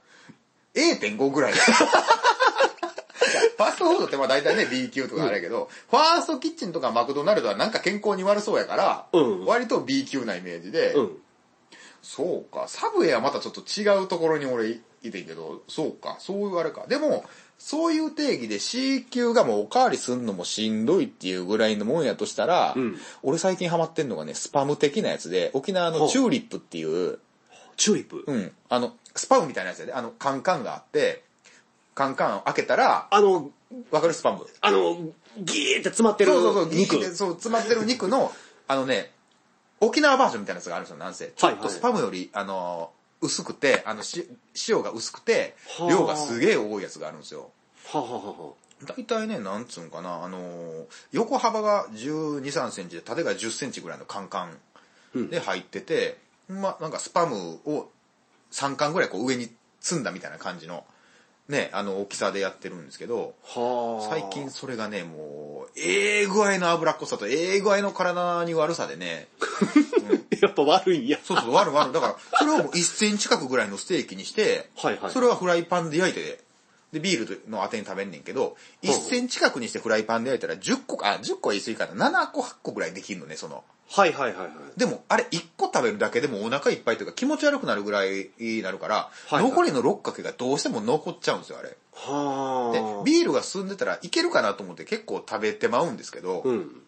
A.5 ぐらいだいやファストフードってまあ大体ね B 級とかあれやけど、ファーストキッチンとかマクドナルドはなんか健康に悪そうやから、うん割と B 級なイメージで、うん。そうか、サブウェイはまたちょっと違うところに俺いいてんけど、そうか、そういうあれか。でも、そういう定義で C 級がもうおかわりすんのもしんどいっていうぐらいのもんやとしたら、うん俺最近ハマってんのがね、スパム的なやつで、沖縄ほうのチューリップっていう、チューリップ。うん、あの、スパムみたいなやつやで、あの、カンカンがあって、カンカン開けたら、あの、わかるスパム。あの、ギーって詰まってるそう肉。そうそう、肉で、そう、詰まってる肉の、あのね、沖縄バージョンみたいなやつがあるんですよ、なんせ。ちょはいっとスパムより、あのー、薄くて、あの、し、塩が薄くては、あ量がすげえ多いやつがあるんですよ。はあはあはあはあ大体ね、なんつうんかな、あのー、横幅が12、3センチで、縦が10センチぐらいのカンカンで入ってて、まあ、なんかスパムを3巻ぐらいこう上に積んだみたいな感じの、ね、あの大きさでやってるんですけど、はあ。最近それがね、もう、ええ具合の脂っこさと、ええ具合の体に悪さでね、 やっぱ悪いんや。そうそう、悪い悪い。だから、それをもう1センチ角ぐらいのステーキにして、はいはいそれはフライパンで焼いて、で、ビールのあてに食べんねんけど、ほう1センチ角にしてフライパンで焼いたら10個か、あ、10個は言い過ぎかな、7個、8個ぐらいできんのね、その。はいはいはいはい。でも、あれ1個食べるだけでもお腹いっぱいというか気持ち悪くなるぐらいになるから、はいはい残りの6かけがどうしても残っちゃうんですよ、あれ。ではあ。、ビールが進んでたらいけるかなと思って結構食べてまうんですけど、うん。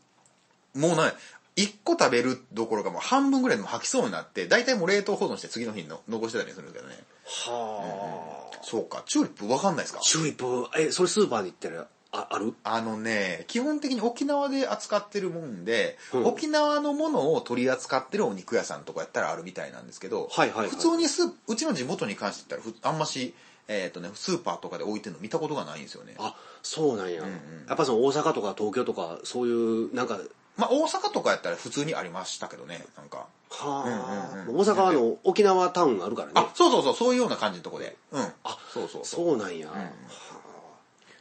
もうね、一個食べるどころかもう半分ぐらいでも吐きそうになって、大体もう冷凍保存して次の日にの残してたりするんだけどね。はあ。そうか、チューリップわかんないですかチューリップ、え、それスーパーで行ったら、あ、あるあのね、基本的に沖縄で扱ってるもんで、うん沖縄のものを取り扱ってるお肉屋さんとかやったらあるみたいなんですけど、はいはいはい普通にスーうちの地元に関して言ったらふ、あんまし、えっ、とね、スーパーとかで置いてるの見たことがないんですよね。あ、そうなんや。やっぱその大阪とか東京とか、そういう、なんか、まあ大阪とかやったら普通にありましたけどね、なんか。はあ、うんうんうん大阪はあの、沖縄タウンがあるからねあ。、そうそうそう、そういうような感じのとこで。うん。あそうそうそう。そうなんや。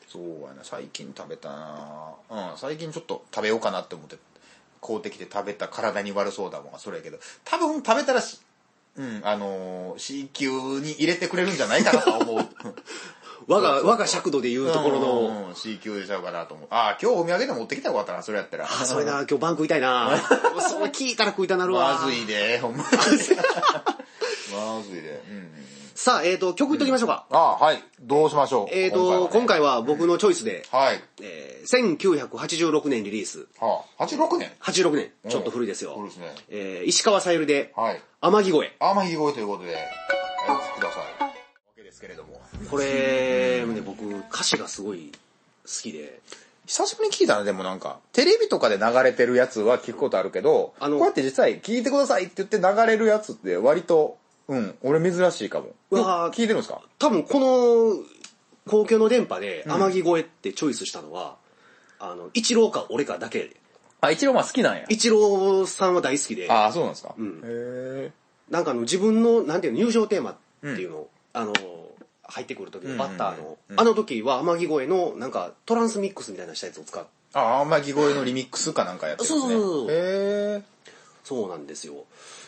そうやな最近食べたなうん最近ちょっと食べようかなって思って買うてきて食べた体に悪そうだもんそれやけど多分食べたらしうんあのー、C 級に入れてくれるんじゃないかなと思う我が、我が尺度で言 うところの、うんうんうん、C 級でちゃうかなと思うああ今日お土産でも持ってきたらよかったなそれやったらあ、それな、今日晩食いたいな。それ聞いたら食いたなるわ。まずいでほ んまにまずいでうんうんさあ、えっ、と、曲いっときましょうか。あーはいどうしましょうえっ、と、今はね回は僕のチョイスで、はいえー1986年リリース。はあ86年86年。ちょっと古いですよ。古いですねえー石川さゆりで、はい天城越え。天城越えということで、お聞きください。わけですけれども。これ、ね、僕、歌詞がすごい好きで、久しぶりに聞いたな、でもなんか。テレビとかで流れてるやつは聞くことあるけど、あのこうやって実際聞いてくださいって言って流れるやつって割と、うん、俺珍しいかも。うわー聞いてるんですか多分この公共の電波で天城越えってチョイスしたのは、あの、一郎か俺かだけ。あ、一郎まあ好きなんや。一郎さんは大好きで、ああ、そうなんですか。んへえ。なんかあの自分の、なんていうの、入場テーマっていうのを、あの、入ってくる時のバッターうんうんの、うんあの時は天城越えのなんかトランスミックスみたいなしたやつを使う。ああ、まあ、ぎ声のリミックスかなんかやってるんですね。そうそうそうへえ。そうなんですよ。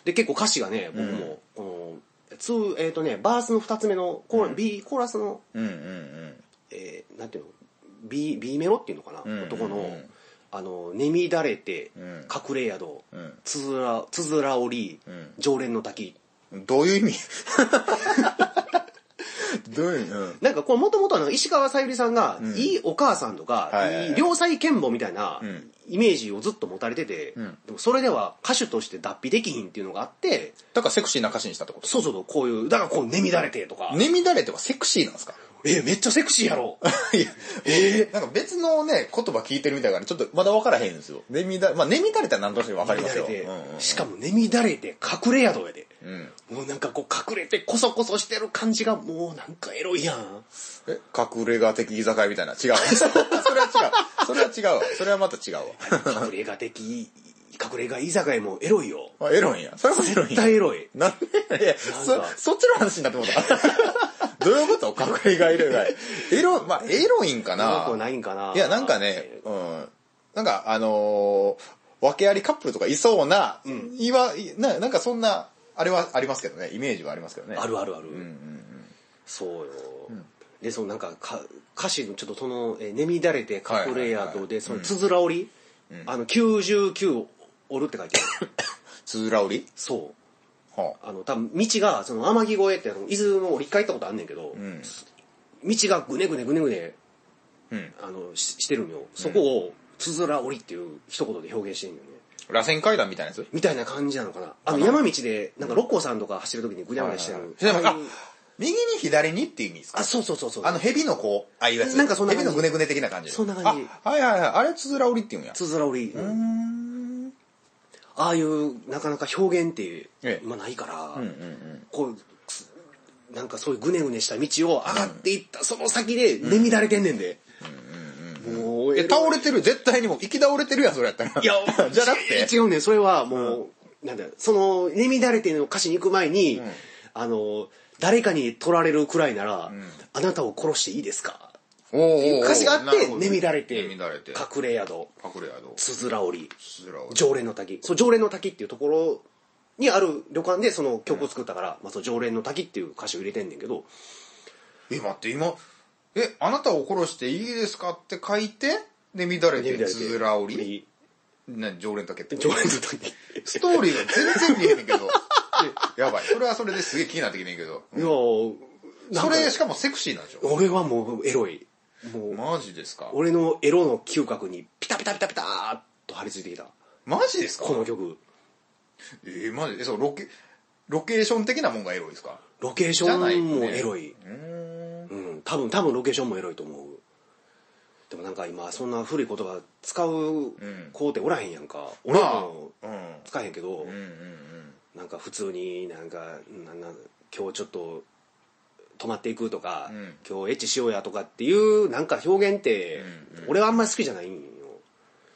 で、結構歌詞がね、僕も、この、ツーえっ、とね、バースの二つ目のコーラ、B、コーラスの、うんうんうん。えーなんていうの、B、B メロっていうのかな、んうんうん男の、あの、眠だれて、ん隠れ宿、うんつづら、つづら折り、ん常連の滝。どういう意味 どういう意味うん。なんかこれもともとの石川さゆりさんが、んいいお母さんとか、はいはいはいい良妻賢母みたいなうんイメージをずっと持たれてて、んでもそれでは歌手として脱皮できひんっていうのがあって、だからセクシーな歌詞にしたってことそうそうそう、こういう、だからこう、眠だれてとか、ねみだれってはセクシーなんですかえ、めっちゃセクシーやろ。いや、えなんか別のね、言葉聞いてるみたいだから、ちょっとまだ分からへんんですよ。ねみだれ、まあ、ねみだれって何となく分かりますよ。寝乱れてうんうんうんしかも、ねみだれて、隠れ宿やで。うん。もうなんかこう、隠れて、こそこそしてる感じが、もうなんかエロいやん。え、隠れ家的居酒屋みた いな。違う。それは違う。それは違うわ。それはまた違うわ。隠れ家的、隠れ家居酒屋もエロいよ。あ、エロいんや。それはエロいん絶や。対エロい。なんでいや、なんそか、そっちの話になってもうた。ど ういうこと隠れ家以外。エロ、まあ、エロいんかなな。くないんかな。いや、なんかね、うん。なんか、あのー、訳ありカップルとかいそうな、いわ、いななんかそんな、あれはありますけどね、イメージはありますけどね。あるあるある。うんうんそうよ。で、そのなんかか、歌詞のちょっとその、えー、ねみだれて、隠れはいはいは宿いで、その、つづら折り、あの、99折るって書いて ある。つづら折りそう。はああの、多分道が、その、天城越えって、あの伊豆の折り返ったことあんねんけど、ん道がぐねぐねぐねぐね、うんあの、ししてるんよ。そこを、つづら折りっていう一言で表現してんのよね。螺旋階段みたいなやつみたいな感じなのかな。あの、山道で、なんか、六甲さんとか走るときにぐにゃぐにゃしてはいる。はいはいああいう右に左にっていう意味ですかあ、そうそうそうそう。あの、蛇のこう、ああいうやつ。なんかそんな感じ蛇のぐねぐね的な感じ。そんな感じあ、はいはいはい。あれつづら折りって言うんや。つづら折り。うんうーん。ああいう、なかなか表現ってええ、今ないから、うんうんうん。こう、すなんかそういうぐねぐねした道を上がっていった、その先で、ねみだれてんねんで。もう、え、倒れてる。絶対にもう、行き倒れてるやん、それやったら。、いや じゃなくて。違うねんそれはもう、なんだよその、ねみだれての歌詞に行く前に、あの、誰かに取られるくらいなら、あなたを殺していいですかおーおーおっーていう歌詞があっなるて、ほどねみだれて、ねみだれて。隠れ宿、隠れ家のつづら折り、つづら折り。常連の滝。そう、常連の滝っていうところにある旅館でその曲を作ったから、まあその常連の滝っていう歌詞を入れてんねんけど、え、待って、今、え、あなたを殺していいですかって書いて、で、乱れねて、みだれつてづら折 り。ね、常連だけって。常連の 滝。ストーリーが全然見えへんけ ど。えやばい。それはそれですげえ気になってきてんけど。いやーなんそかれ、しかもセクシーなんでしょ俺はもうエロい。もう、マジですか俺のエロの嗅覚にピタピタピタピターっと張り付いてきた。マジですかこの曲。えー、マジで、そう、ロケ、ロケーション的なもんがエロいですかロケーシじゃないョよねンもエロい。うーん。うん。多分、多分ロケーションもエロいと思う。でもなんか今、そんな古い言葉使う子っておらへんやんか。俺まあもうん。使えへんけど、うんうんうん。なんか普通になんか、なんなん今日ちょっと、泊まっていくとか、うん今日エッチしようやとかっていうなんか表現って、うん俺はあんまり好きじゃないんよ。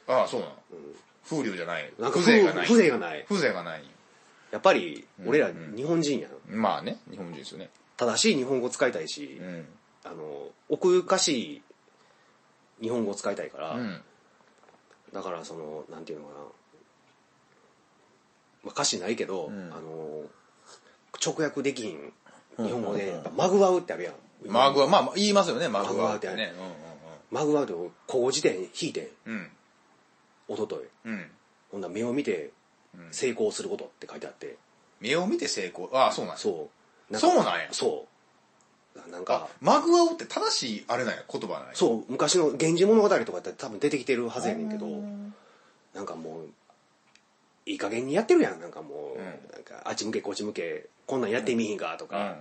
ああ、そうなの。風流じゃない。なんか風情がない。風情がない。風情がない。やっぱり、俺ら日本人やん。まあね、日本人ですよね。正しい日本語使いたいし、うん。あの奥ゆかしい日本語を使いたいから、うん。だからそのなんていうのかな、まあ、歌詞ないけど、んあの直訳できひん日本語で、うんうんやうんっぱマグワウってあるやんマグワ、まあまあ言いますよね、マグワってマグワね。マグワウって俺古語辞典引いてんうんうん一昨日うん。うん。ほんなら目を見て成功することって書いてあって目を見て成功。ああ、そうなんやそうそうなんやそうなんあか、マグワウって正しい、あれなんや、言葉なんや。そう昔の「源氏物語」とかって多分出てきてるはずやねんけど、なんかもういい加減にやってるやんなんかもう、んなんかあっち向けこっち向けこんなんやってみひんかとうんうんうかん、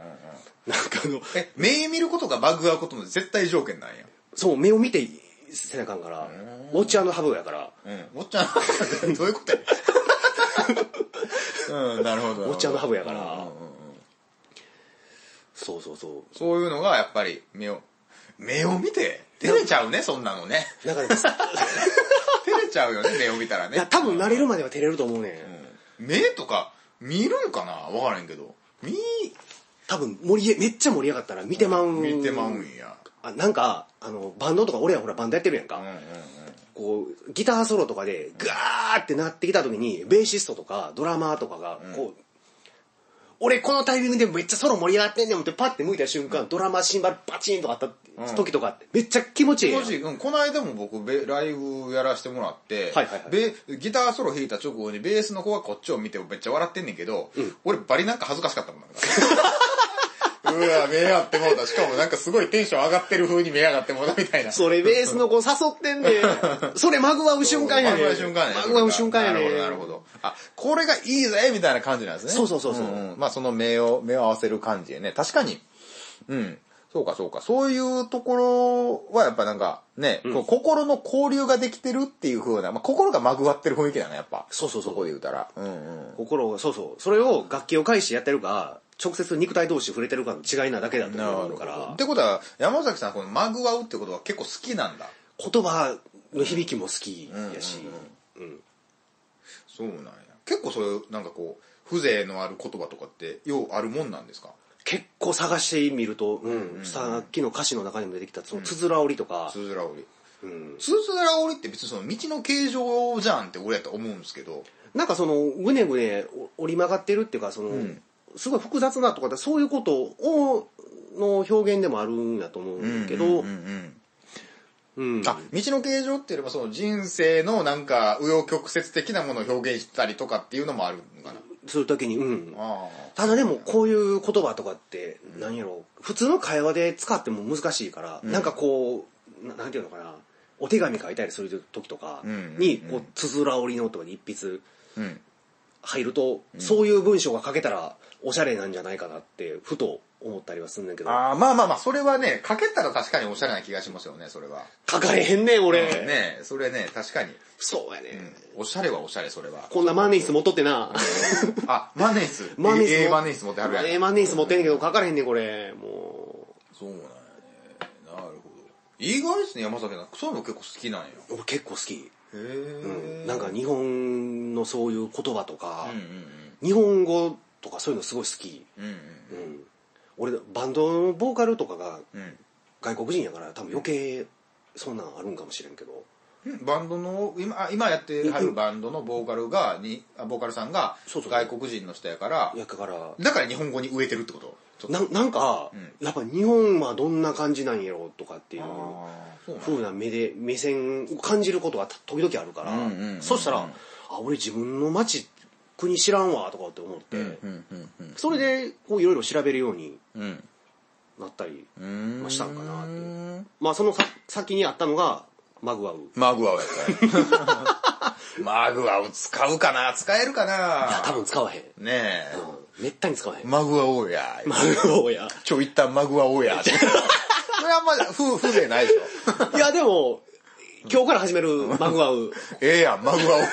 なんかあの え、目見ることがマグワウことの絶対条件なんや。そう目を見てせなあかんから、ウォッチャーのハブやから、うん。おっちゃん、 どういうことやうん、なるほど。おっちゃんのハブやからうんうんうんそうそうそそういうのがやっぱり目を、目を見て、照れちゃうね、そんなの ね。う。だから、い照れちゃうよね、目を見たらねや、。多分慣れるまでは照れると思うねん。うん目とか見るんかなわからへんけど。見、多分盛りえ、めっちゃ盛り上がったら見てまうん。見てまうんや。あなんか、あの、バンドとか、俺らほらバンドやってるやんか。うんうんうん。こう、ギターソロとかで、ガーってなってきた時に、ベーシストとか、ドラマーとかが、こう、俺このタイミングでめっちゃソロ盛り上がってんねんってパッて向いた瞬間、ドラマ、シンバル、バチンとかあった時とかって、めっちゃ気持ちいいやもん。し、うん、この間も僕、べライブやらせてもらって、はいはいはいベギターソロ弾いた直後にベースの子がこっちを見てめっちゃ笑ってんねんけど、俺バリなんか恥ずかしかったもんなんか うわ、目合ってもうた。しかもなんかすごいテンション上がってる風に目上がってもうたみたいな。それベースの子誘って んねん。それまぐわう瞬間やねん。まぐわう瞬間やね。まぐわう瞬間やねん。なるほど、なるほど。あ、これがいいぜみたいな感じなんですね。そうそうそうそうんんまあその目を、目を合わせる感じでね。確かに。うん。そうかそうか。そういうところはやっぱなんかね、こう心の交流ができてるっていう風な、まあ心がまぐわってる雰囲気だね、やっぱ。そうそうそうそこで言うたら。うんうん。心を、そうそう。それを楽器を介してやってるか、直接肉体同士触れてるかの違いなだけだと思うかっら、てことは、山崎さんこのまぐわうってことは結構好きなんだ。言葉の響きも好きやし、そうなんや。結構そういう、なんかこう、風情のある言葉とかって、ようあるもんなんですか結構探してみると、うん、さっきの歌詞の中にも出てきた、その、つづら折りとか、つづら折り。うんつづら折りって別にその道の形状じゃんって俺やと思うんですけど、なんかその、ぐねぐね折り曲がってるっていうか、その、んすごい複雑なとかって、そういうことを、の表現でもあるんやと思うんだけど、うんうんうんあ道の形状って言えばその人生のなんか紆余曲折的なものを表現したりとかっていうのもあるのかなそういう時に、うん。あただでもこういう言葉とかって何やろう普通の会話で使っても難しいから、なんかこうななんていうのかなお手紙書いたりする時とかうんにうんこうつづら折りのとかに一筆あうん入ると、そういう文章が書けたらおしゃれなんじゃないかなってふと思ったりはするんだけどあーまあまあまあそれはね書けたら確かにおしゃれな気がしますよねそれは書かれへんねん俺、ねそれね確かに、そうやね、んおしゃれはおしゃれそれはこんなマネース持っとってな、 あマネースマネースええマネース持ってはるやんええマネース持ってんねんけど書かれへんねんこれもそうなんやねなるほど意外ですね山崎さんそういうの結構好きなんやへう俺結構好きえなんか日本のそういう言葉とか、うんうん日本語とかそういうのすごい好き、うんうんうん、俺バンドのボーカルとかがうんうん外国人やから多分余計そんなんあるんかもしれんけどバンドの今あ今やってはるバンドのボーカルがにあボーカルさんがそうそう外国人の人やからやからだから日本語に植えてるってことちょっとななんか、んやっぱ日本はどんな感じなんやろとかっていうあーそうなんや風な目で目線を感じることがた時々あるから、うんうんうんそしたら、あ俺自分の町国知らんわとかって思って、うんうんうんそれでこういろいろ調べるようにうんなったりうーんまあしたんかなってまあそのさ先にあったのがマグワウマグワウや ったねマグワウ使うかな使えるかいや多な分使わへん、ねうん、めったに使わへえんマグワウやマグワウ やちょ一旦マグワ ウやそれはあんまふ風情ないでしょいやでも今日から始めるマグワウええやんマグワウや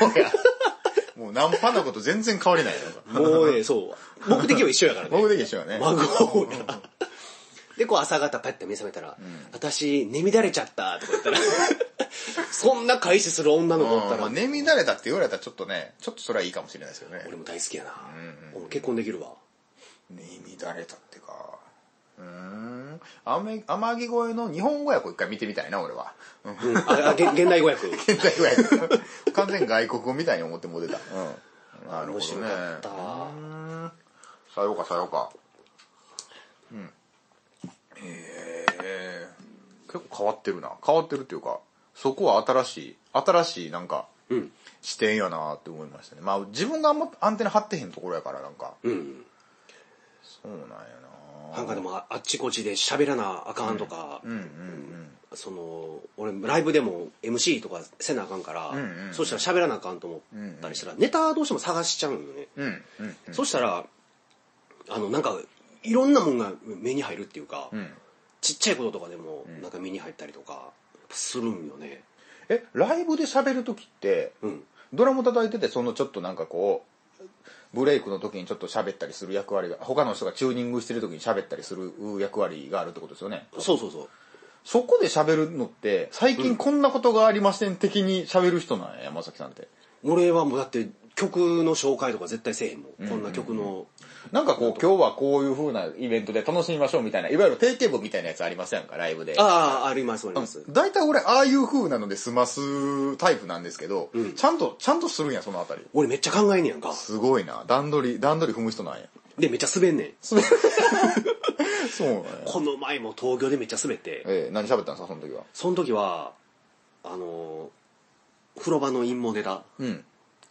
もうナンパなこと全然変わりないよもうねそう目的は一緒やからね僕的にしよ うねマグワウやでこう朝方パッて目覚めたら「私寝乱れちゃった」とか言ったら そんな開始する女の子だったうんら、まあ、眠だれたって言われたらちょっとね、ちょっとそれはいいかもしれないですよね。俺も大好きやな、俺結婚できるわ眠だれたってか。うーん。雨、天城越えの日本語訳を一回見てみたいな、俺は。うんうんああげ現代語訳 現代語訳。完全に外国語みたいに思ってもうてた。 うん。なるほ面ど白ね。かったわさようか、さようか。うん。へえ。結構変わってるな。変わってるっていうか、そこは新しい、新しいなんか、うん視点やなって思いましたね。まあ自分があんまアンテナ張ってへんところやからなんか。うんそうなんやななんかでもああっちこっちで喋らなあかんとか、うんうんうん。その俺ライブでも MC とかせなあかんから、んうんうんそしたら喋らなあかんと思ったりしたら、ネタどうしても探しちゃうんよね、うんうんそしたらあのなんかいろんなもんが目に入るっていうか、うん。ちっちゃいこととかでもなんか目に入ったりとか、ぱするんよねえライブで喋る時ってうんドラム叩いててそのちょっとなんかこうブレイクの時にちょっと喋ったりする役割が他の人がチューニングしてる時に喋ったりする役割があるってことですよねそうそうそうそこで喋るのって最近こんなことがありません的に喋る人なんや山崎さんって俺はもうだって曲の紹介とか絶対せえへんもん、こんな曲のなんかこう今日はこういう風なイベントで楽しみましょうみたいないわゆる定型文みたいなやつありませんかライブでああありますあります、大体俺ああいう風なので済ますタイプなんですけど、ちゃんとちゃんとするんやそのあたり俺めっちゃ考えんねやんかすごいな段取り段取り踏む人なんやでめっちゃ滑んねんそうなんやこの前も東京でめっちゃ滑ってええ何喋ったんですかその時はその時はあのー風呂場の陰謀ネタうん。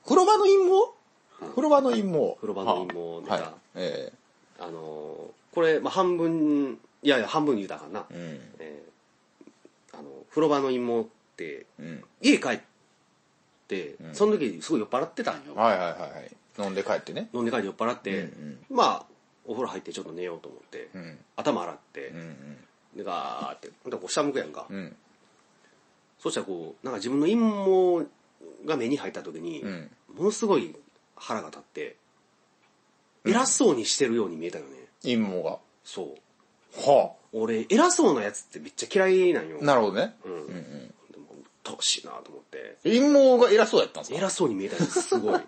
風呂場の陰謀風呂場の陰謀。風呂場の陰謀ネタはい。えあのーこれ、まあ、半分いやいや半分に言うたらあかんな、ええーあの風呂場の陰謀ってうん。うん。家帰って、その時すごい酔っ払ってたんよ、はいはいはいはい。飲んで帰ってね。飲んで帰って酔っ払って、うんまあお風呂入ってちょっと寝ようと思って、うん。頭洗ってう、んでガーってほんでこう下向くやんか、うん。うん。そしたらこうなんか自分の陰謀が目に入った時に、うんものすごい腹が立って偉そうにしてるように見えたよね、陰謀が。そうは俺偉そうなやつってめっちゃ嫌いなんよあ。なるほどね。うん、でもどうしいなと思って陰謀が偉そうやったんですか偉そうに見えたやつすごい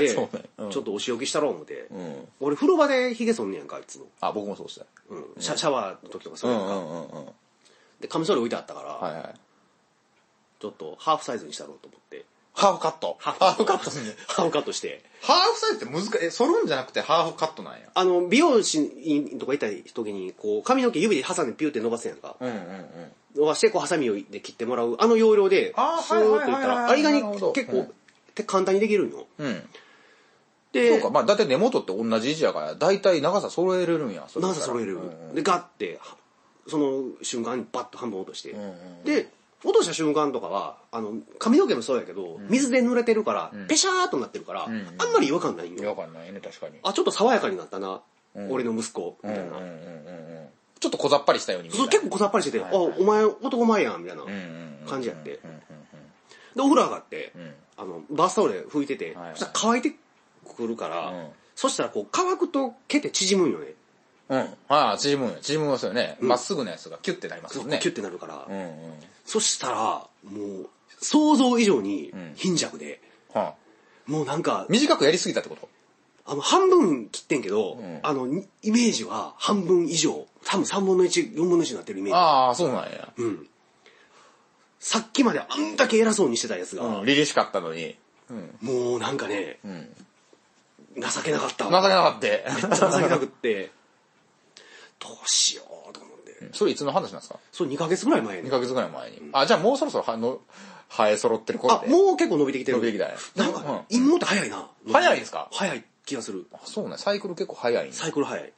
で、そうねうんちょっとお仕置きしたろう思って、うん。俺風呂場で髭剃んねやんかいつも、あ、僕もそうした。うんシャシャワーの時とかそううやんんうか、んうんうん。でカミソリ置いてあったから、はいはい。ちょっとハーフサイズにしたろうと思ってハーフカット。ハハーフカットすんね。ハーフカットしてハーフサイズって難しい。え、剃るんじゃなくてハーフカットなんや。あの美容師とか行った時にこう髪の毛指で挟んでピューって伸ばすやんか、うんうんうん。伸ばしてこうハサミで切ってもらうあの要領であースーッといったらあはいれはがにいはいはいなるほど結うん構って簡単にできるんようん。そでうか、まあ、だって根元って同じ位置やから、だいたい長さ揃えれるんや。それ長さ揃える、うんでガッてその瞬間にバッと半分落として、んで落とした瞬間とかはあの髪の毛もそうやけど、水で濡れてるから、ペシャーっとなってるから、んあんまり違和感ないんよ違和感ないね、確かに。あちょっと爽やかになったな、俺の息子みたいな、ちょっと小ざっぱりしたように見えそたう結構こさっぱりしてて、あお前男前やんみたいな感じやって、でお風呂上がって、あのバスタオル拭いてて、はいはいそしたら乾いてくるから、うんそしたらこう乾くと毛って縮むんよねうん。ああ、縮むんや縮みますよね。まっすぐなやつがキュッてなりますよね。キュッてなるから、うんうん。そしたらもう想像以上に貧弱で、はあ。もうなんか短くやりすぎたってことあの半分切ってんけど、んあのにイメージは半分以上多分3分の14分の1になってるイメージああ、そうなんや。うん。さっきまであんだけ偉そうにしてたやつが、うん。凛々しかったのに。うん。もうなんかね、ん情けなかった。情けなかって。情けなくって、どうしようと思って。 それいつの話なんですかそれ2ヶ月ぐらい前 ?2 に。ヶ月ぐらい前に。あ、じゃあもうそろそろは、の、生え揃ってるあ、頃で。もう結構伸びてきてる。伸びてきたねなんうんか、陰謀って早いな。早いんですか早い気がする。そうね。サイクル結構早いんやサイクル早い。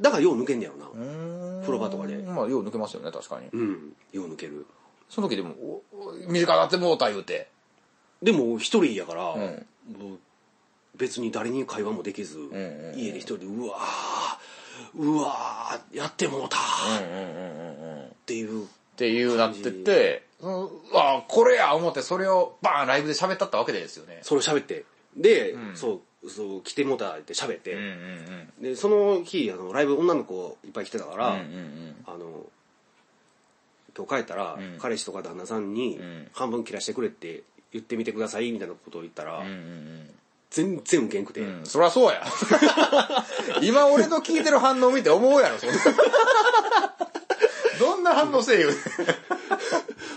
だからよう抜けんだよな。うーん風呂場とかでまあ、よう抜けますよね、確かに。うん。よう抜ける。その時でも、おお短なってもうた言うて。でも一人やから、んもう別に誰に会話もできず、んうん家で一人でうわーうわーやってもうたーっうんうんうんうん。ていう、っていうなってて、そのうわこれや思ってそれをバーンライブで喋ったったわけですよね。それを喋ってで、そうそう来てもうたって喋って、うんうんでその日あのライブ女の子いっぱい来てたから、うん。うんうんあの今日帰ったら、ん彼氏とか旦那さんに、ん半分切らしてくれって言ってみてくださいみたいなことを言ったら、うん。うんうん全然ウケんくて、うん。うん、そりゃそうや。 今俺の聞いてる反応見て思うやろ、そんな。どんな反応せえ言う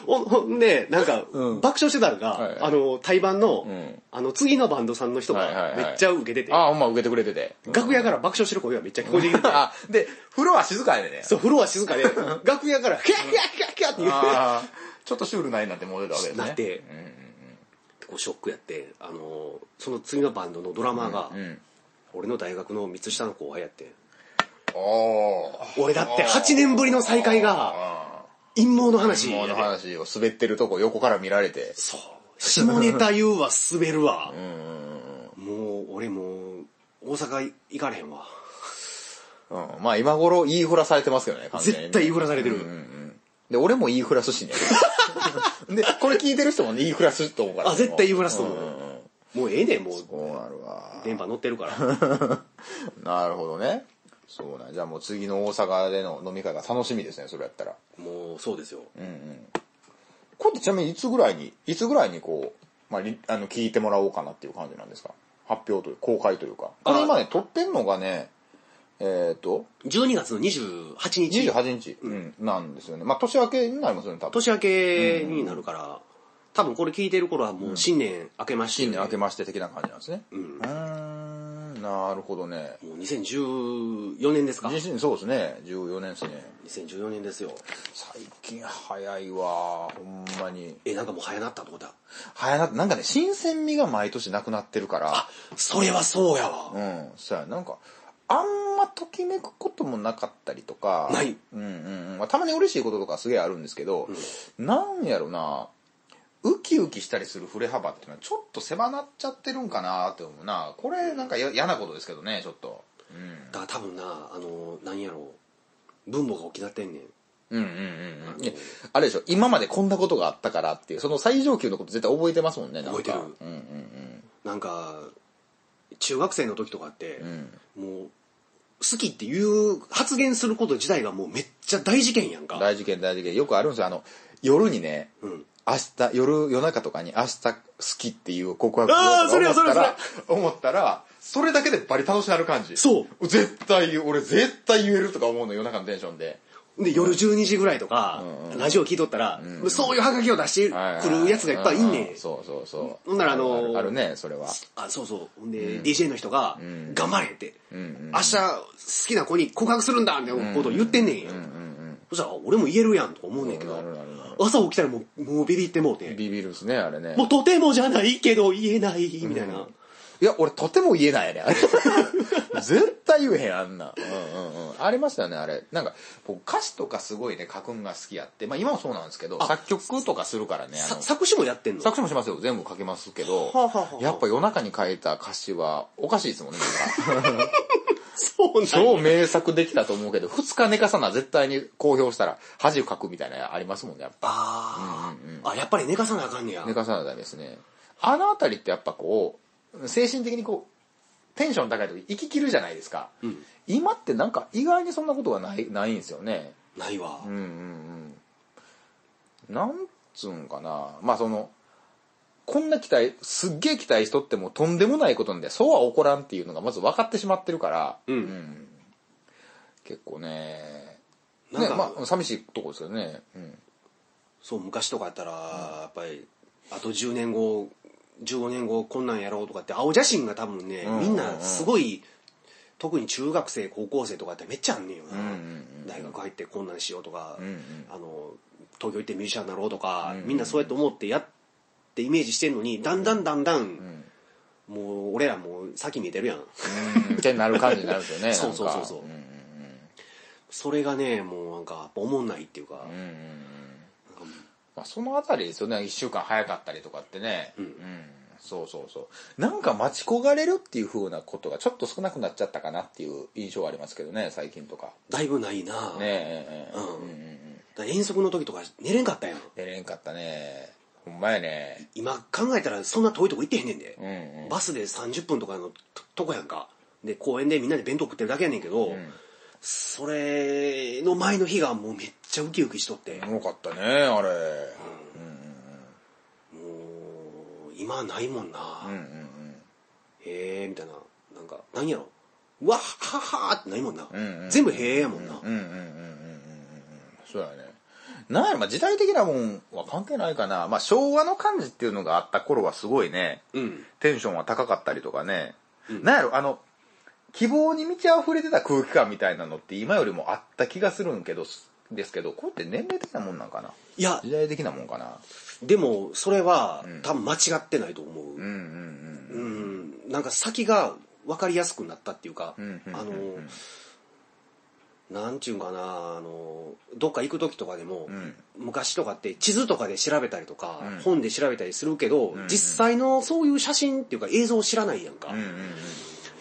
おほんで、なんか、うん爆笑してたのが、はいはいあの、対バンの、んあの、次のバンドさんの人はいはいがはいめっちゃ受けてて、ああ、ほんま受けてくれてて。楽屋から爆笑してる声がめっちゃ聞こえてきてて、あ、で、風呂は静かやで ね。そう、フロア静かで、楽屋から、キャッキャッキャッキャッって言うああ、 ちょっとシュールないなって思ってたわけですね。なってこうショックやって、あの、その次のバンドのドラマーが、うん。俺の大学の三つ下の後輩やって、おー。俺だって8年ぶりの再会が、あ陰謀のー話もうあのやで。話を滑ってるとこ横から見られて。そう。下ネタ言うわ、滑るわ。 うんうんうん。もう、俺もう、大阪行かれへんわ。うん、まあ今頃言いふらされてますけどね、完全に絶対言いふらされてるうんうんうんで、俺も E フラ寿司ね。 で、これ聞いてる人もね、E フラ寿司と思うから。あ絶対 E フラ寿司と思ううんんんもうええねんもうこうなるわ。電波乗ってるから なるほどね。そうなんじゃあもう次の大阪での飲み会が楽しみですね、それやったら。もうそうですよこれってちなみにいつぐらいに、いつぐらいにこう、まあ、りあの、聞いてもらおうかなっていう感じなんですか発表という、公開というか。これ今ね、撮ってんのがね、えっ、と、 12月の28日28日、うん、なんですよね。まあ、年明けになりますよね、多分。年明けになるから多分これ聞いてる頃はもう新年明けまして、新年明けまして的な感じなんですね。ううんーん、なるほどね。もう2014年ですか自身そうですね、14年ですね。 2014年ですよ最近早いわ、ほんまに。えなんかもう早なったってことだ早なって、なんかね、新鮮味が毎年なくなってるから。それはそうやわうん、そうや、なんか、あんまときめくこともなかったりとか、ないうんうんうん。まあ、たまに嬉しいこととかすげえあるんですけど、なんやろな、ウキウキしたりする振れ幅っていうのはちょっと狭なっちゃってるんかなって思うな。これなんかや嫌なことですけどね、ちょっと。だから多分なあの何やろう分母が沖縄ってんねんうんうんうんうんいや。あれでしょ、今までこんなことがあったからっていう、その最上級のこと絶対覚えてますもんね、なんか覚えてるうんうんうん。なんか中学生の時とかって、んもう好きっていう発言すること自体がもうめっちゃ大事件やんか大事件大事件。よくあるんですよ、あの、夜にね、うん明日、夜、夜中とかに明日好きっていう告白をあーそれよ思ったらそれ、思ったら、それだけでバリ楽しなる感じ。。そう絶対、俺絶対言えるとか思うの夜中のテンションで。で夜12時ぐらいとか、うんうんラジオ聞いとったら、そういうハガキを出してくるやつがいっぱいいんねん、うそうそうそう。ほんならあのーあるあるね、それは。あそうそうほんで、DJ の人が「頑張れ」って、ん明日好きな子に告白するんだ」みたいなことを言ってんねんよ、そしたら俺も言えるやんとか思うねんけど、なるなるなる朝起きたらもうもうビビってもうて、ビビるんすね、あれね。もうとてもじゃないけど言えないみたいな、いや、俺とても言えないね、あ れ。絶対言えへん、あんな。うんうんうん。ありましたよね、あれ。なんか、僕歌詞とかすごいね、書くんが好きやって。まあ今もそうなんですけど、作曲とかするからね、あさの、作詞もやってんの作詞もしますよ。全部書けますけど、はあはあはあやっぱ夜中に書いた歌詞はおかしいですも んね、なんかそうなんや超名作できたと思うけど、2日寝かさな絶対に公表したら恥をかくみたいなのありますもんね、やっぱ。あー、あ、やっぱり寝かさなあかんねや寝。かさないダメですね。あのあたりってやっぱこう、精神的にこう、テンション高い時息切るじゃないですか。ん今ってなんか意外にそんなことがない、ないんですよね。ないわ。うんうんうん。なんつうんかな。まあその、こんな期待、すっげえ期待しとってもとんでもないことなんで、そうは起こらんっていうのがまず分かってしまってるから、うん結構ね、なんね、か、まあ寂しいとこですよね。うん。そう、昔とかやったら、やっぱり、あと10年後、15年後こんなんやろうとかって、青写真が多分ね、んみんなすごい、特に中学生、高校生とかってめっちゃあんねんよな。んうん大学入ってこんなんしようとか、んうんあの、東京行ってミュージシャンになろうとか、みんなそうやって思ってやってイメージしてんのに、だんだんだんだん、もう俺らもう先見えてるやん。うんってなる感じになるんですよね。 そうそうそうそうなんかんそれがね、もうなんか、やっぱ思んないっていうか、まあ、そのあたりですよね、一週間早かったりとかってね。うん。そうそうそう。なんか待ち焦がれるっていう風なことがちょっと少なくなっちゃったかなっていう印象はありますけどね、最近とか。だいぶないな、ねえええええ。うんだから遠足の時とか寝れんかったやん。出れんかったね。ほんまやね。今考えたらそんな遠いとこ行ってへんねんで。うんうんバスで30分とかのととこやんか。で、公園でみんなで弁当食ってるだけやねんけど、それの前の日がもうめっちゃウキウキしとって、も重かったね、あれ。う、今はないもんな。うんうんうん。へえー、みたいな。なんか、何やろ。うわっはっはーってないもんな。んうん全部へえやもんな。うんうんうんうんうんうんうんそうやねなんやろまあ時代的なもんは関係ないかなまあ昭和の感じっていうのがあった頃はすごいね、うんテンションは高かったりとかね、なんやろあの希望に満ち溢れてた空気感みたいなのって今よりもあった気がするんけどですけどこれって年齢的なもんなんかないや、時代的なもんかなでも、それは、多分間違ってないと思う。うんうんうん、なんか先が分かりやすくなったっていうか、んうんあの、なんちゅうんかな、あの、どっか行く時とかでも、ん昔とかって地図とかで調べたりとか、本で調べたりするけど、実際のそういう写真っていうか映像を知らないやんか。うんうんうんうん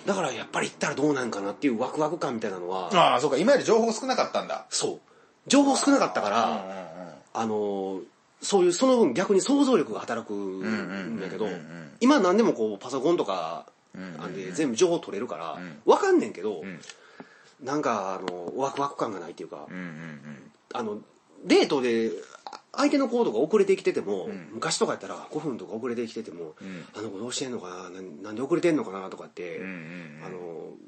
だからやっぱり行ったらどうなんかなっていうワクワク感みたいなのは、ああそうか今より情報少なかったんだそう。情報少なかったかうんうんら、あの、そういう、その分逆に想像力が働くんだけどうんうんうんうんうん、今何でもこう、パソコンとか、うんうんうんなんで全部情報取れるからん、わかんねんけどん、なんか、あの、ワクワク感がないっていうかう、んうんあの、デートで、あ相手の行動が遅れてきてても、ん昔とかやったら5分とか遅れてきてても、んあの子どうしてんのかななん、なんで遅れてんのかなとかって、うんうんうんあの、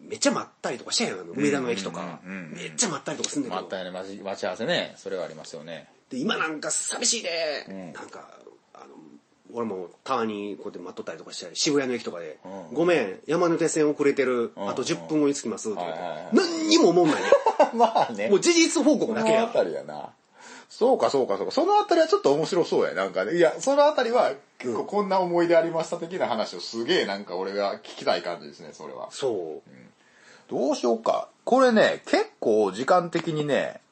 めっちゃ待ったりとかしたやん、あの梅田の駅とか、うんうんうんうんめっちゃ待ったりとかすんうだんけまど、ああったよね待ち待ち合わせねそれはありますよねで今なんか寂しいで、んなんかあの俺もたまにこうやって待っとったりとかして渋谷の駅とかで「うんごめん山手線遅れてる、うんあと10分後に着きます」って言われて、はいはいはい何にも思わないね まあねもう事実報告だそけのあやたりやな。そうかそうかそうか。そのあたりはちょっと面白そうや。なんかね。いや、そのあたりは結構こんな思い出ありました的な話をすげえなんか俺が聞きたい感じですね、それは。そう、どうしようか。これね、結構時間的にね、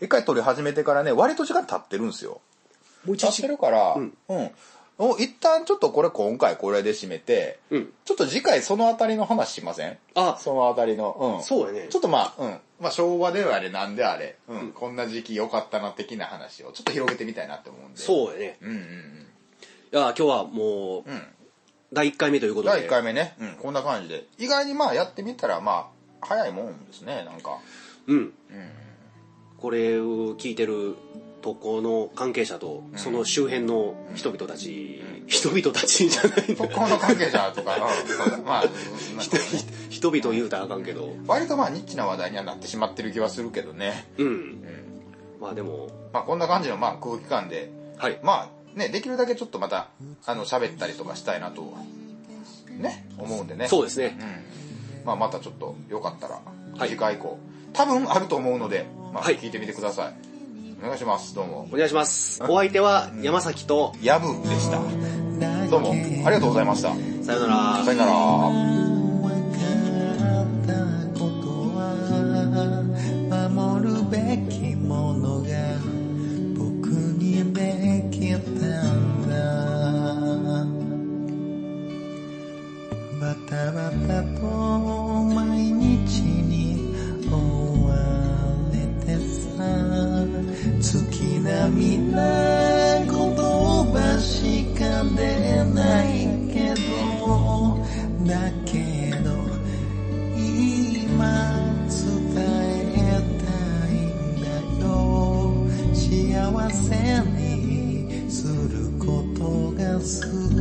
一回撮り始めてからね、割と時間経ってるんですよ。もう経一って時るから、ううんん。お一旦ちょっとこれ今回これで締めて、うんちょっと次回そのあたりの話しませんあそのあたりの。うん。そうやねちょっとまあ、うん。まあ昭和であれなんであれ、うん。こんな時期良かったな的な話をちょっと広げてみたいなって思うんで。う。そうやねうんうんうん。いや今日はもう、ん第1回目ということ第で1回目ね、うん、こんな感じで。意外にまあやってみたらまあ、早いもんですね、なんか。うん、これを聞いてる投稿の関係者と、その周辺の人々たち、人々たちじゃない特の攻の関係者と か、うんまあ、うんなんかね 人々言うたらあかんけど、割とまあニッチな話題にはなってしまってる気はするけどね。うんう、ん。まあでも、まあこんな感じのまあ空気感で、はい、まあね、できるだけちょっとまた、あの、喋ったりとかしたいなと、ね、思うんでね。そうですね。うんまあ、またちょっとよかったらはい次回以降、多分あると思うので、まあ、はい聞いてみてくださいお願いしますどうもお願いします。お相手は山崎と、ヤブでしたどうもありがとうございましたさよならさ。よなら分かったことは守るべきものが僕にできたんだバタバタと毎日に追われてさ月並みな言葉しか出ないけどだけど今伝えたいんだよ幸せにすることが好き